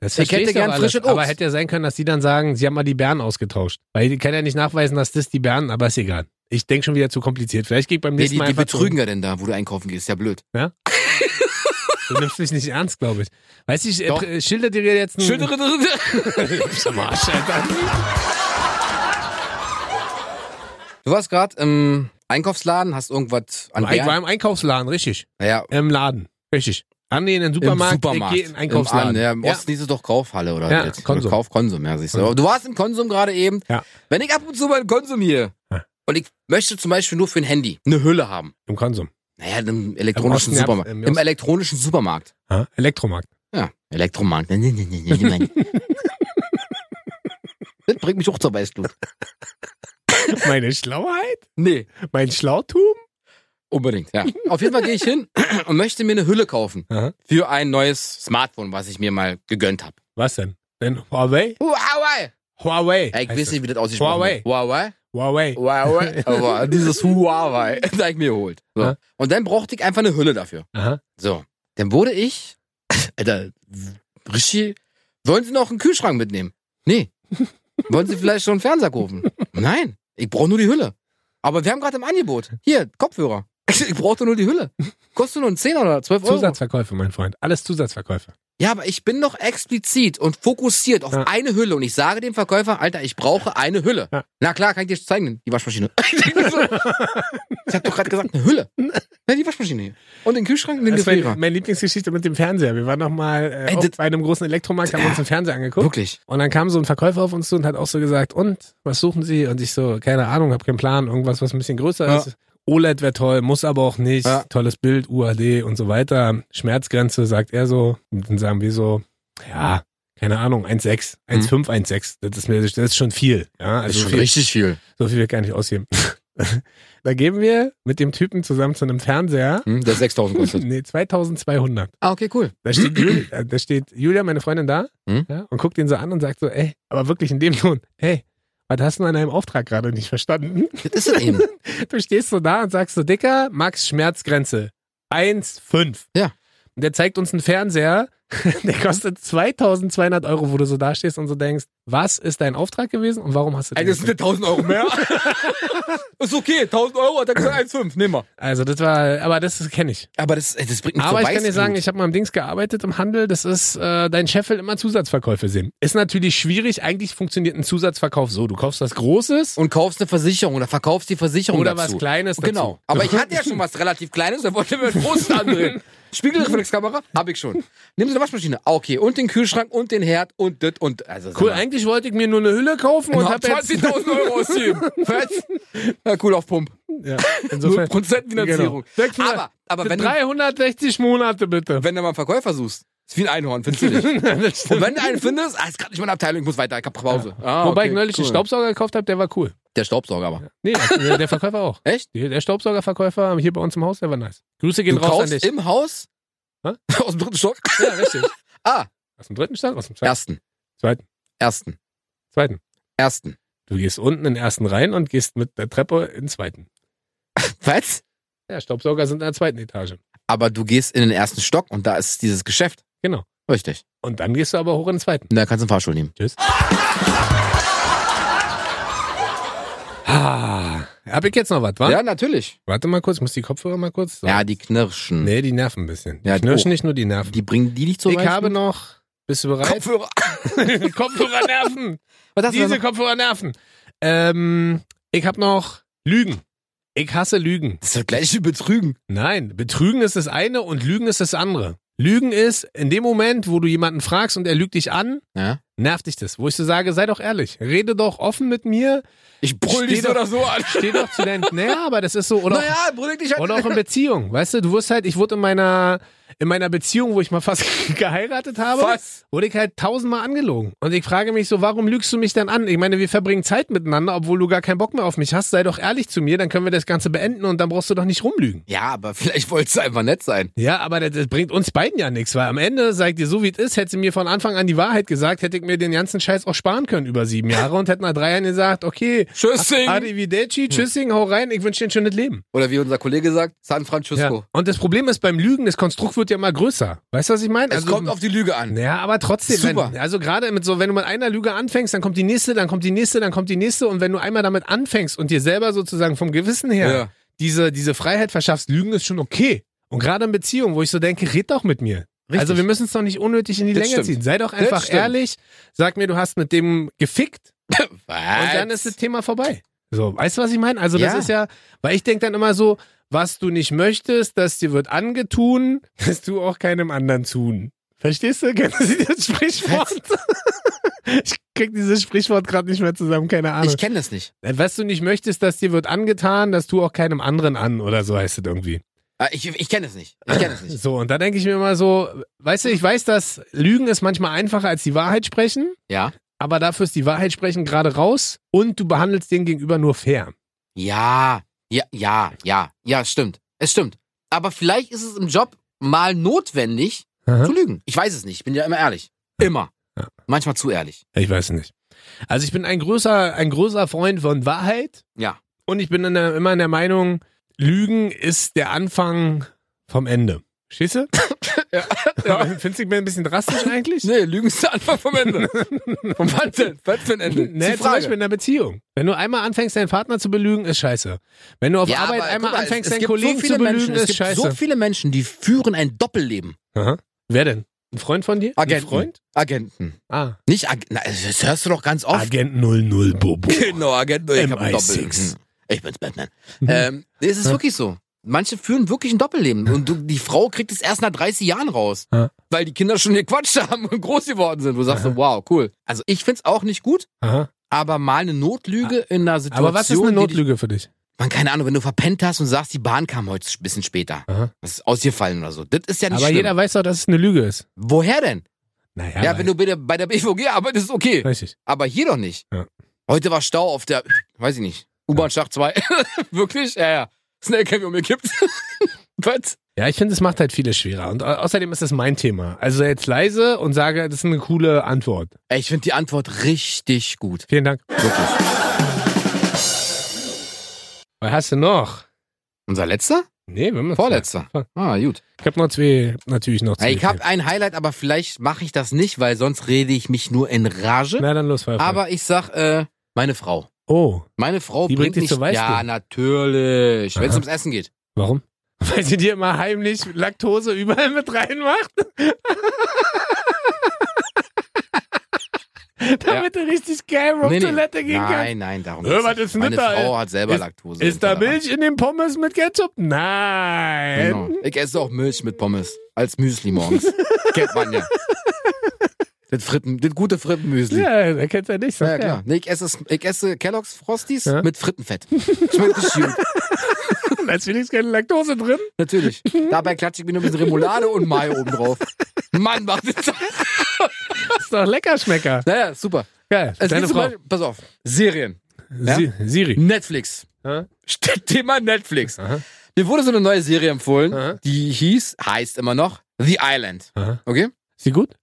Das
Ich
verstehst
hätte
du
gern
auch alles.
frisches
Aber
Obst.
hätte ja sein können, dass die dann sagen, sie haben mal die Beeren ausgetauscht. Weil die kann ja nicht nachweisen, dass das die Beeren, aber ist egal. Ich denke schon wieder zu kompliziert. Vielleicht geht beim
Nee,
nächsten
die,
Mal
die
einfach
betrügen ja denn da, wo du einkaufen gehst. Ja, blöd.
Zurück. Du nimmst mich nicht ernst, glaube ich. Weißt du, ich
Doch.
äh, schilder dir jetzt einen... am Arsch, Alter.
Du warst gerade im Einkaufsladen, hast irgendwas an
Ich war
Bären.
im Einkaufsladen, richtig.
Ja,
Im Laden, richtig. An in den
im
Supermarkt,
Supermarkt.
ich gehe in den
Im,
Einkaufsladen.
An- ja, Im
Ja.
Osten hieß es doch Kaufhalle oder
Ja,
jetzt.
Konsum.
Kauf, Konsum, ja, siehst du. Aber Du warst im Konsum gerade eben.
Ja.
Wenn ich ab und zu mal einen Konsum hier
Ja.
und ich möchte zum Beispiel nur für ein Handy eine Hülle haben.
Im Konsum.
Naja, im elektronischen
Osten, ja,
Supermarkt.
im
Im,
Osten.
elektronischen Supermarkt.
Ha? Elektromarkt.
Ja, Elektromarkt. das bringt mich auch zur Weißglut.
Meine Schlauheit?
Nee,
Mein Schlautum?
unbedingt, ja. Auf jeden Fall gehe ich hin und möchte mir eine Hülle kaufen
Aha.
für ein neues Smartphone, was ich mir mal gegönnt habe.
Was denn? Denn Huawei?
Huawei!
Huawei.
Ey, ich
heißt
weiß Oh.
es.
nicht, wie das ausgesprochen
Huawei.
wird. Huawei.
Huawei.
Huawei. Aber dieses Huawei, das hab ich mir geholt. So.
Ja.
Und dann brauchte ich einfach eine Hülle dafür.
Aha.
So. Dann wurde ich, Alter, Rishi, wollen Sie noch einen Kühlschrank mitnehmen? Nee. Wollen Sie vielleicht schon einen Fernseher kaufen? Nein. Ich brauche nur die Hülle. Aber wir haben gerade im Angebot. Hier, Kopfhörer. Ich brauchte nur die Hülle. Kostet nur einen 10 oder 12 Euro.
Zusatzverkäufe, mein Freund. Alles Zusatzverkäufe.
Ja, aber ich bin noch explizit und fokussiert auf
Ja.
eine Hülle und ich sage dem Verkäufer, Alter, ich brauche eine Hülle.
Ja.
Na klar, kann ich dir zeigen, die Waschmaschine. ich denke so, ich hab doch gerade gesagt, eine Hülle. Na, die Waschmaschine hier. Und den Kühlschrank und den
Das war
Gefrierer.
meine Lieblingsgeschichte mit dem Fernseher. Wir waren noch mal äh,
Ey,
auf-
das-
bei einem großen Elektromarkt, haben uns den Fernseher angeguckt.
Wirklich.
Und dann kam so ein Verkäufer auf uns zu und hat auch so gesagt, und, was suchen Sie? Und ich so, keine Ahnung, hab keinen Plan, irgendwas, was ein bisschen größer
Ja.
ist. OLED wäre toll, muss aber auch nicht.
Ja.
Tolles Bild, UHD und so weiter. Schmerzgrenze, sagt er so. Und dann sagen wir so, ja, keine Ahnung, 1,6, 1,5, 1,6. Das ist mir, das ist schon viel. Ja, also
Hm. ist schon
viel,
richtig viel.
so viel wir gar nicht ausgeben. da geben wir mit dem Typen zusammen zu einem Fernseher,
Hm, der 6000 kostet.
nee, 2200.
ah, okay, cool.
Da steht, Jul- äh, da steht Julia, meine Freundin, da
Hm?
ja, und guckt ihn so an und sagt so, ey, aber wirklich in dem Ton, ey, was hast du an deinem Auftrag gerade nicht verstanden?
Das ist es eben.
Du stehst so da und sagst so, Dicker, Max Schmerzgrenze 1,5.
Ja.
Und der zeigt uns einen Fernseher, der kostet 2200 Euro, wo du so dastehst und so denkst, was ist dein Auftrag gewesen und warum hast du den
Ey, das sind ja 1000 Euro mehr. ist okay, 1000 Euro, hat er gesagt 1,5, nimm mal.
Also das war, aber das kenne ich.
Aber das, das bringt mich zur
Aber ich kann dir
Weißglut.
sagen, ich habe mal im Dings gearbeitet im Handel. Das ist, äh, dein Chef will immer Zusatzverkäufe sehen. Ist natürlich schwierig. Eigentlich funktioniert ein Zusatzverkauf so: Du kaufst was Großes
und kaufst eine Versicherung oder verkaufst die Versicherung
oder
dazu.
was Kleines. Dazu.
Genau. Aber ich hatte ja schon was relativ Kleines, da wollte mir einen großen andrehen. Spiegelreflexkamera? Hab ich schon. Nimm so eine Waschmaschine. Ah, Okay, und den Kühlschrank und den Herd und das und. Also, sag
Cool.
mal.
Eigentlich wollte ich mir nur eine Hülle kaufen und
Und hab
habe jetzt
20.000 Euro ausgegeben. Fetz. Ja, cool auf Pump.
ja,
Null
insofern.
Prozent Finanzierung.
Genau. Sechs Monate.
Aber, aber wenn, du,
360 Monate bitte.
wenn du mal einen Verkäufer suchst, ist wie ein Einhorn, findest du nicht.
Das
Und
stimmt.
wenn du einen findest, ah, ist gerade nicht meine Abteilung, ich muss weiter, ich hab Pause. Ah,
Wobei
okay,
ich neulich
cool.
einen Staubsauger gekauft habe, der war cool.
Der Staubsauger aber.
Nee, der der Verkäufer auch.
Echt?
Der der Staubsaugerverkäufer hier bei uns im Haus, der war nice. Grüße gehen
du
raus an
kaufst
dich.
im Haus?
Hä?
Aus dem dritten Stock?
Ja, richtig.
Ah,
Aus dem dritten Stand, aus dem zweiten.
ersten.
Zweiten.
Ersten.
zweiten.
Ersten.
Du gehst unten in den ersten rein und gehst mit der Treppe in den zweiten.
Was?
Ja, Staubsauger sind in der zweiten Etage.
aber du gehst in den ersten Stock und da ist dieses Geschäft.
Genau.
Richtig.
Und dann gehst du aber hoch in den zweiten.
Und da kannst du einen Fahrstuhl nehmen.
Ah, hab ich jetzt noch was, wa?
Ja, natürlich.
Warte mal kurz, ich muss die Kopfhörer mal kurz. so.
Ja, die knirschen.
Nee, die nerven ein bisschen. Die
Ja,
knirschen
oh.
nicht nur die Nerven.
Die bringen die nicht zur
ich
Weißglut?
habe noch. Bist du bereit?
Kopfhörer.
Kopfhörer nerven.
Was hast du
Diese
da noch?
Kopfhörer nerven. Ähm, ich habe noch Lügen. Ich hasse Lügen.
Das ist das gleiche Betrügen.
Nein, betrügen ist das eine und Lügen ist das andere. Lügen ist, in dem Moment, wo du jemanden fragst und er lügt dich an,
Ja.
nervt dich das, wo ich so sage, sei doch ehrlich, rede doch offen mit mir,
Ich brüll dich
Steh
so
doch-
oder so an.
steh doch zu deinen, naja, aber das ist so, oder,
naja, brüll dich
auch,
halt.
oder auch in Beziehung, weißt du, du wirst halt, ich wurde in meiner, in meiner Beziehung, wo ich mal fast geheiratet habe,
Was?
wurde ich halt tausendmal angelogen und ich frage mich so, warum lügst du mich dann an? Ich meine, wir verbringen Zeit miteinander, obwohl du gar keinen Bock mehr auf mich hast, sei doch ehrlich zu mir, dann können wir das Ganze beenden und dann brauchst du doch nicht rumlügen.
Ja, aber vielleicht wolltest du einfach nett sein.
Ja, aber das, das bringt uns beiden ja nichts, weil am Ende, sag ich dir so wie es ist, hätte sie mir von Anfang an die Wahrheit gesagt, hätte ich mir den ganzen Scheiß auch sparen können über sieben Jahre und hätte nach drei Jahren gesagt, okay,
Tschüss, Sing.
Arrivederci, tschüssing, hau rein, ich wünsche dir ein schönes Leben.
Oder wie unser Kollege sagt, San Francisco.
Ja. Und das Problem ist beim Lügen, das Konstrukt wird ja immer größer. Weißt du, was ich meine? Also,
Es kommt auf die Lüge an.
ja, aber trotzdem,
Super.
Wenn, also gerade mit so, wenn du mit einer Lüge anfängst, dann kommt die nächste, dann kommt die nächste, dann kommt die nächste und wenn du einmal damit anfängst und dir selber sozusagen vom Gewissen her
Ja.
diese, diese Freiheit verschaffst, Lügen ist schon okay. Und gerade in Beziehungen, wo ich so denke, red doch mit mir.
Richtig.
Also wir müssen es doch nicht unnötig in die
Das
Länge
stimmt.
ziehen. Sei doch einfach
stimmt.
ehrlich, sag mir, du hast mit dem gefickt
Was?
und dann ist das Thema vorbei. So, weißt du, was ich meine? Also das
Ja.
ist ja, weil ich denke dann immer so, was du nicht möchtest, dass dir wird angetun, dass du auch keinem anderen tun. Verstehst du? Kennen Sie das Sprichwort? Ich krieg dieses Sprichwort gerade nicht mehr zusammen, keine Ahnung.
ich kenne das nicht.
Was Äh, du nicht möchtest, dass dir wird angetan, dass du auch keinem anderen an oder so heißt es irgendwie.
Ah, Ich, ich kenne es nicht. Ich kenne es nicht.
So, und da denke ich mir immer so, weißt du, ich weiß, dass Lügen ist manchmal einfacher als die Wahrheit sprechen,
Ja.
aber dafür ist die Wahrheit sprechen gerade raus und du behandelst den gegenüber nur fair.
Ja, ja, ja, ja, ja, stimmt. Es stimmt. Aber vielleicht ist es im Job mal notwendig zu lügen. Ich weiß es nicht. Ich bin ja immer ehrlich. Immer.
Ja.
Manchmal zu ehrlich.
Ich weiß nicht. Also ich bin ein größer, ein großer Freund von Wahrheit
Ja.
und ich bin in der, immer in der Meinung, Lügen ist der Anfang vom Ende. Schieße? Ja. Findest du mich ein bisschen drastisch eigentlich?
Nee, Lügen ist der Anfang vom Ende. Und was denn? Was für ein Ende?
Nee,
Die
ne, zum Beispiel in der Beziehung. Wenn du einmal anfängst, deinen Partner zu belügen, ist scheiße. Wenn du auf
Ja,
Arbeit
aber
einmal
guck mal,
anfängst,
es, es
deinen
gibt
Kollegen
so viele
zu belügen,
Menschen, es
ist
gibt
scheiße.
so viele Menschen, die führen ein Doppelleben.
Aha. Wer denn? Ein Freund von dir?
Agenten.
Ein Freund?
Agenten.
Ah.
Nicht Ag Na, das hörst du doch ganz oft.
Agent 00 Bobo.
Genau, Agent ich hab ein
MI6.
Doppel. Hm. Ich bin's Batman.
Mhm.
ähm, nee, es ist wirklich so. Manche führen wirklich ein Doppelleben und du, die Frau kriegt es erst nach 30 Jahren raus,
Ja.
weil die Kinder schon gequatscht haben und groß geworden sind. Du sagst so, wow, cool. Also ich find's auch nicht gut,
Aha.
aber mal eine Notlüge in einer Situation.
Aber was ist eine
die dich-
Notlüge für dich?
Man, keine Ahnung, wenn du verpennt hast und sagst, die Bahn kam heute ein bisschen später.
Aha.
Das ist ausgefallen oder so. Das ist ja nicht
Aber
schlimm.
jeder weiß doch, dass es eine Lüge ist.
Woher denn?
Naja.
Ja, wenn du bei der, bei der BVG arbeitest, ist okay.
Richtig.
Aber hier doch nicht.
Ja.
Heute war Stau auf der, weiß ich nicht, U-Bahn-Schacht 2. Wirklich? Ja, ja. Ist ein LKW umgekippt. Was?
Ja, ich finde, es macht halt vieles schwerer. Und au- außerdem ist das mein Thema. Also jetzt leise und sage, das ist eine coole Antwort.
Ey, ich finde die Antwort richtig gut.
Vielen Dank.
Wirklich.
Was hast du noch?
Unser letzter?
Nee, wir haben noch
Vorletzter.
Zwei.
Ah, gut.
Ich habe noch zwei, natürlich noch zwei.
Ey, ich habe ein Highlight, aber vielleicht mache ich das nicht, weil sonst rede ich mich nur in Rage.
Na dann los, Feuerfrei.
Aber ich sag, äh, meine Frau.
Oh,
Meine Frau
Die bringt
bringt
dich
mich
zur Weißglut.
Ja, natürlich. Wenn es
Aha.
ums Essen geht.
warum? Weil sie dir immer heimlich Laktose überall mit reinmacht. Damit du richtig geil auf Toilette gehen kannst.
Nein, nein, darum
Äh,
geht's
was
nicht.
ist denn
Meine
da?
Frau hat selber
Ist-
Laktose.
Ist da
intolerant.
Milch in den Pommes mit Ketchup? Nein.
Genau. Ich esse auch Milch mit Pommes. Als Müsli morgens. Kennt man ja. Das, Fritten, das gute Frittenmüsli. Ja,
Ja, er kennt ja nicht.
Genau. ja, klar. Nee, ich, esse, es- ich esse Kellogg's Frosties
Ja.
mit Frittenfett. Schmeckt richtig gut.
Da ist wenigstens keine Laktose drin.
Natürlich. Dabei klatsche ich mir noch ein bisschen Remoulade und Mayo oben drauf. Mann, macht das.
Ist doch Leckerschmecker.
Naja, super.
Geil.
Es
Deine
gibt zum
Frau.
Beispiel, pass auf. Serien. Ja? Hm.
Si Siri.
Netflix.
Ja?
St- Thema Netflix.
Aha.
Mir wurde so eine neue Serie empfohlen,
Aha.
die hieß, heißt immer noch, The Island.
Aha.
Okay?
Ist sie gut?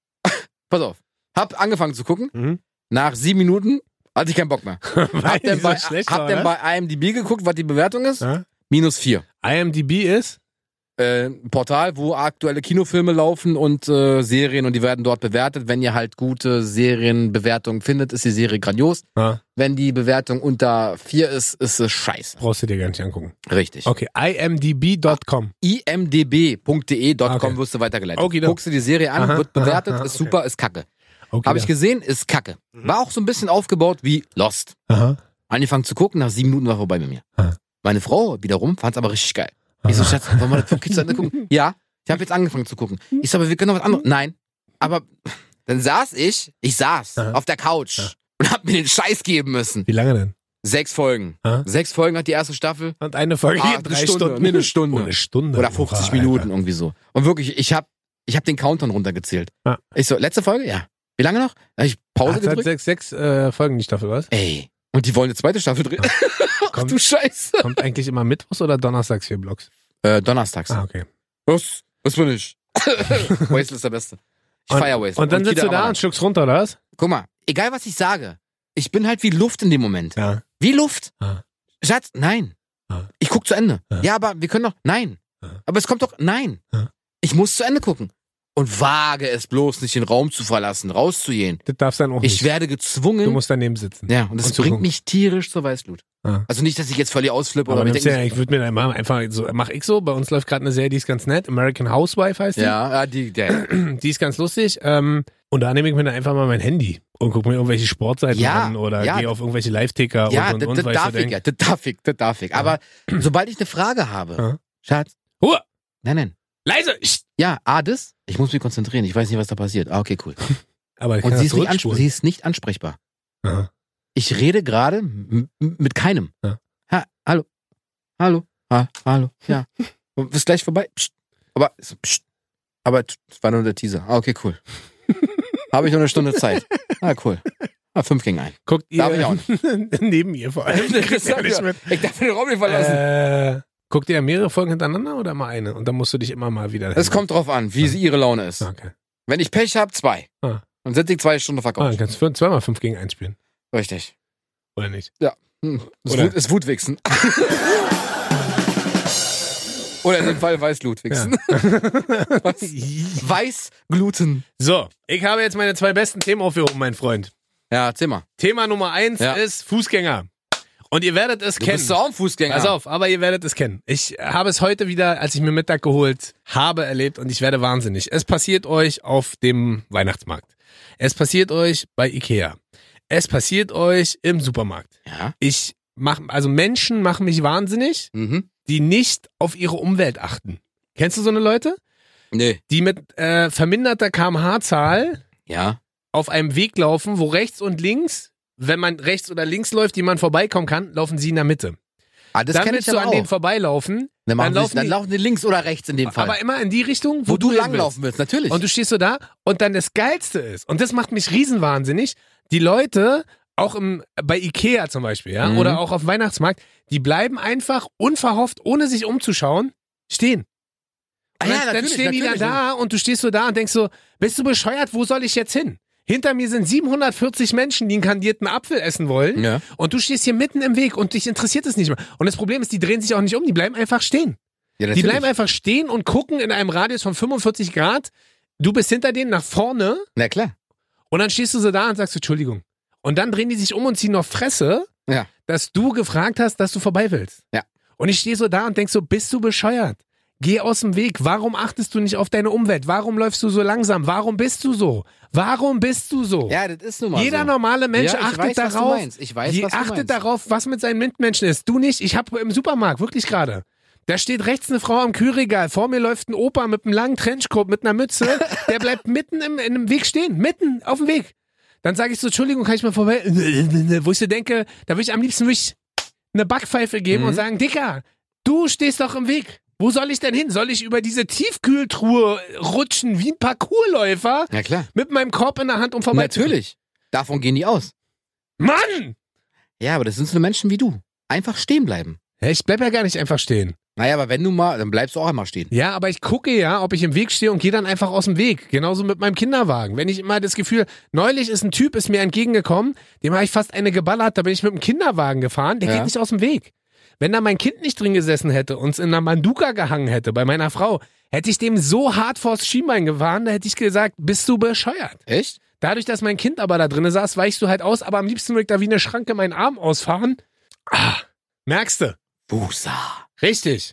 Pass auf. Hab angefangen zu gucken.
Mhm.
Nach sieben Minuten hatte ich keinen Bock mehr.
Weil
Hab
die
dann
so
bei,
schlecht
hab
war,
dann
oder?
bei IMDb geguckt, was die Bewertung ist.
Ja?
Minus vier.
IMDb ist?
Äh, ein Portal, wo aktuelle Kinofilme laufen und äh, Serien und die werden dort bewertet. Wenn ihr halt gute Serienbewertungen findet, ist die Serie grandios.
Ja.
Wenn die Bewertung unter vier ist, ist es scheiße.
Brauchst du dir gar nicht angucken.
Richtig.
Okay, imdb.com.
imdb.de.com
Ah, Okay.
E wirst du weitergeleitet.
Okay, dann-
Guckst du die Serie an,
Aha,
wird bewertet,
aha, aha,
ist
okay.
super, ist kacke.
Okay, Mhm.
Habe ich gesehen, ist kacke. War auch so ein bisschen aufgebaut wie Lost.
Aha.
Angefangen zu gucken, nach sieben Minuten war vorbei bei mir.
Aha.
Meine Frau wiederum fand es aber richtig geil. Ich so, Schatz, wollen wir das wirklich zu Ende gucken? Ja, ich habe jetzt angefangen zu gucken.
Hm.
Ich so, aber wir können noch was anderes. Nein, aber dann saß ich, ich saß
Aha.
auf der Couch
Ja.
und hab mir den Scheiß geben müssen.
Wie lange denn?
Sechs Folgen.
Aha.
Sechs Folgen hat die erste Staffel.
Und eine Folge
Ah,
geht
eine
drei
Stunde.
Stunden.
Nee, eine Stunde.
Oh, eine Stunde.
Oder 50
Oha,
Minuten
Alter.
irgendwie so. Und wirklich, ich hab, ich hab den Countdown runtergezählt.
Ja.
Ich so, letzte Folge? Ja. Wie lange noch? Hab ich Pause
Hat halt seit
gedrückt?
sechs, sechs äh, Folgen die Staffel, was?
Ey. Und die wollen eine zweite Staffel drehen. Ach
Kommt-
du Scheiße.
Kommt eigentlich immer mittwochs oder donnerstags vier Blocks?
Äh, donnerstags.
Ah, okay.
Was? Was bin ich? Wastel ist der Beste. Ich
Und-
feier Wastel.
Und dann sitzt
Kida
du da
Amara.
und schluckst runter, oder was?
Guck mal, egal was ich sage, ich bin halt wie Luft in dem Moment.
Ja.
Wie Luft.
Ah.
Schatz, nein.
Ah.
Ich guck zu Ende.
Ah.
Ja, aber wir können doch, nein.
Ah.
Aber es kommt doch, nein.
Ah.
Ich muss zu Ende gucken. Und wage es bloß nicht, den Raum zu verlassen, rauszugehen.
Das darfst dann auch
Ich
nicht.
werde
Du
gezwungen.
musst daneben sitzen.
ja, und das
und zu
bringt
gucken.
mich tierisch zur Weißblut.
Ah.
Also nicht, dass ich jetzt völlig ausflippe
Aber
oder
nimmst
ich
ja, ich würde mir dann mal einfach so, mach ich so, bei uns läuft gerade eine Serie, die ist ganz nett, American Housewife heißt die.
ja, ja, die, der,
Die ist ganz lustig. Ähm, und da nehme ich mir dann einfach mal mein Handy und gucke mir irgendwelche Sportseiten
Ja,
an oder
ja.
gehe auf irgendwelche Live-Ticker
ja,
und, und,
das
und
das
weil ich so
darf ich,
denk,
ja, das darf ich, das darf ich. Aber sobald ich eine Frage
Ja.
habe, Schatz,
Ruhe!
nein, nein,
Leise! Psst!
Ja, A, das. Ich muss mich konzentrieren. Ich weiß nicht, was da passiert. Ah, okay, cool.
Aber ich kann
Und sie
das
ist, nicht ansp-
zurückspulen.
sie ist nicht ansprechbar.
Aha.
Ich rede gerade m- m- mit keinem.
Ja.
Ha, hallo. Hallo. Ha, hallo. Ja. Und Ist gleich vorbei. Psst. Aber, psst. Aber t- das war nur der Teaser. Ah, okay, cool. Habe ich noch eine Stunde Zeit. Ah, cool. Ah, fünf gegen ein.
Guckt
Darf ich auch
ihr neben ihr vor allem.
Das
kriegt
sag
ihr
ich
nicht
ja.
mit.
Ich darf den Raum nicht verlassen.
Äh, guckt ihr mehrere Folgen hintereinander oder mal eine? Und dann musst du dich immer mal wieder. Ah,
es kommt drauf an, wie sie ihre Laune ist.
Okay.
Wenn ich Pech habe, zwei.
Ah.
Dann sitze ich zwei Stunden
Ah, dann
verkauft.
kannst du zweimal fünf gegen eins spielen.
Richtig.
Oder nicht?
Hm. Ist,
Oder-
Wut, ist Wutwichsen. Oder in dem Fall Weißglutwichsen. Weißgluten.
So, ich habe jetzt meine zwei besten Themen aufgehoben, mein Freund.
Ja, erzähl mal.
Thema Nummer eins
Ja.
ist Fußgänger. Und ihr werdet es
Du
kennen.
bist doch auch ein Fußgänger.
Pass auf, aber ihr werdet es kennen. Ich habe es heute wieder, als ich mir Mittag geholt habe, erlebt und ich werde wahnsinnig. Es passiert euch auf dem Weihnachtsmarkt. Es passiert euch bei Ikea. Es passiert euch im Supermarkt.
Ja.
Ich mach, also Menschen machen mich wahnsinnig,
Mhm.
die nicht auf ihre Umwelt achten. Kennst du so eine Leute?
Nee.
Die mit äh, verminderter kmh-Zahl
Ja.
auf einem Weg laufen, wo rechts und links, wenn man rechts oder links läuft, die man vorbeikommen kann, laufen sie in der Mitte.
Ah, das
dann
kenne
willst
ich
du
aber
an
auch.
denen vorbeilaufen,
dann, machen dann, laufen
dann laufen
dann
die-
laufen die links oder rechts in dem Fall.
aber immer in die Richtung,
wo, du
hin
langlaufen willst, natürlich.
willst. Und du stehst so da und dann das Geilste ist, und das macht mich riesenwahnsinnig, die Leute, auch im, bei Ikea zum Beispiel, ja,
Mhm.
oder auch auf dem Weihnachtsmarkt, die bleiben einfach unverhofft, ohne sich umzuschauen, stehen.
Ah
Und dann, dann stehen die dann da und du stehst so da und denkst so, bist du bescheuert, wo soll ich jetzt hin? Hinter mir sind 740 Menschen, die einen kandierten Apfel essen wollen.
Ja.
Und du stehst hier mitten im Weg und dich interessiert es nicht mehr. Und das Problem ist, die drehen sich auch nicht um, die bleiben einfach stehen.
ja
Die bleiben einfach stehen und gucken in einem Radius von 45 Grad. Du bist hinter denen nach vorne
Na klar.
und dann stehst du so da und sagst, Entschuldigung. Und dann drehen die sich um und ziehen noch Fresse,
Ja.
dass du gefragt hast, dass du vorbei willst.
Ja.
Und ich stehe so da und denk so, bist du bescheuert? Geh aus dem Weg. Warum achtest du nicht auf deine Umwelt? Warum läufst du so langsam? Warum bist du so? Warum bist du so?
Ja, das ist nun mal
Jeder
so.
normale Mensch
ja, ich
achtet
weiß, was du
darauf.
meinst. Ich weiß,
die
was du
achtet
meinst.
darauf, was mit seinen Mitmenschen ist. Du nicht. Ich habe im Supermarkt, wirklich gerade. Da steht rechts eine Frau am Kühlregal. Vor mir läuft ein Opa mit einem langen Trenchcoat, mit einer Mütze. Der bleibt mitten im, in einem Weg stehen. Mitten auf dem Weg. Dann sage ich so, Entschuldigung, kann ich mal vorbei? Wo ich so denke, da würde ich am liebsten wirklich eine Backpfeife geben
Mhm.
und sagen, Dicker, du stehst doch im Weg. Wo soll ich denn hin? Soll ich über diese Tiefkühltruhe rutschen wie ein Parkourläufer
Ja, klar.
mit meinem Korb in der Hand, um vorbei
Natürlich. Davon gehen die aus.
Mann!
Ja, aber das sind so eine Menschen wie du. Einfach stehen bleiben.
Ja, Ich bleib ja gar nicht einfach stehen.
Naja, aber wenn du mal, dann bleibst du auch einmal stehen.
Ja, aber ich gucke ja, ob ich im Weg stehe und gehe dann einfach aus dem Weg. Genauso mit meinem Kinderwagen. Wenn ich immer das Gefühl, neulich ist ein Typ, ist mir entgegengekommen, dem habe ich fast eine geballert, da bin ich mit dem Kinderwagen gefahren, der
Ja.
geht nicht aus dem Weg. Wenn da mein Kind nicht drin gesessen hätte und es in einer Manduka gehangen hätte bei meiner Frau, hätte ich dem so hart vors Schienbein gefahren, da hätte ich gesagt, bist du bescheuert.
Echt?
Dadurch, dass mein Kind aber da drin saß, weichst du halt aus, aber am liebsten würde ich da wie eine Schranke meinen Arm ausfahren. Ah, merkst du?
Busa.
Richtig.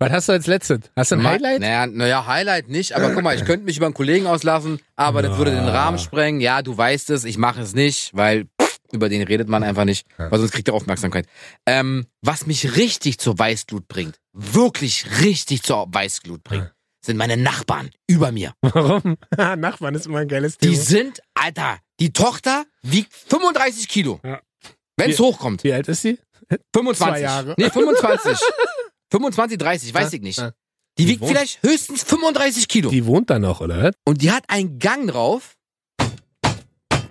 Was hast du als letztes? Hast du ein Highlight?
Naja, naja, Highlight nicht, aber guck mal, ich könnte mich über einen Kollegen auslassen, aber das würde den Rahmen sprengen. Ja, du weißt es, ich mache es nicht, weil pff, über den redet man einfach nicht, weil sonst kriegt er Aufmerksamkeit. Ähm, was mich richtig zur Weißglut bringt, wirklich richtig zur Weißglut bringt, sind meine Nachbarn über mir.
Warum? Ah, Nachbarn ist immer ein geiles
Die
Thema.
sind, Alter, die Tochter wiegt 35 Kilo.
Ja.
Wenn es hochkommt.
Wie alt ist sie?
25.
Zwei Jahre.
Nee, 25. 25, 30, weiß ich nicht.
Ja.
Die
Die
wiegt
wohnt-
vielleicht höchstens 35 Kilo.
Die wohnt da noch, oder?
Und die hat einen Gang drauf.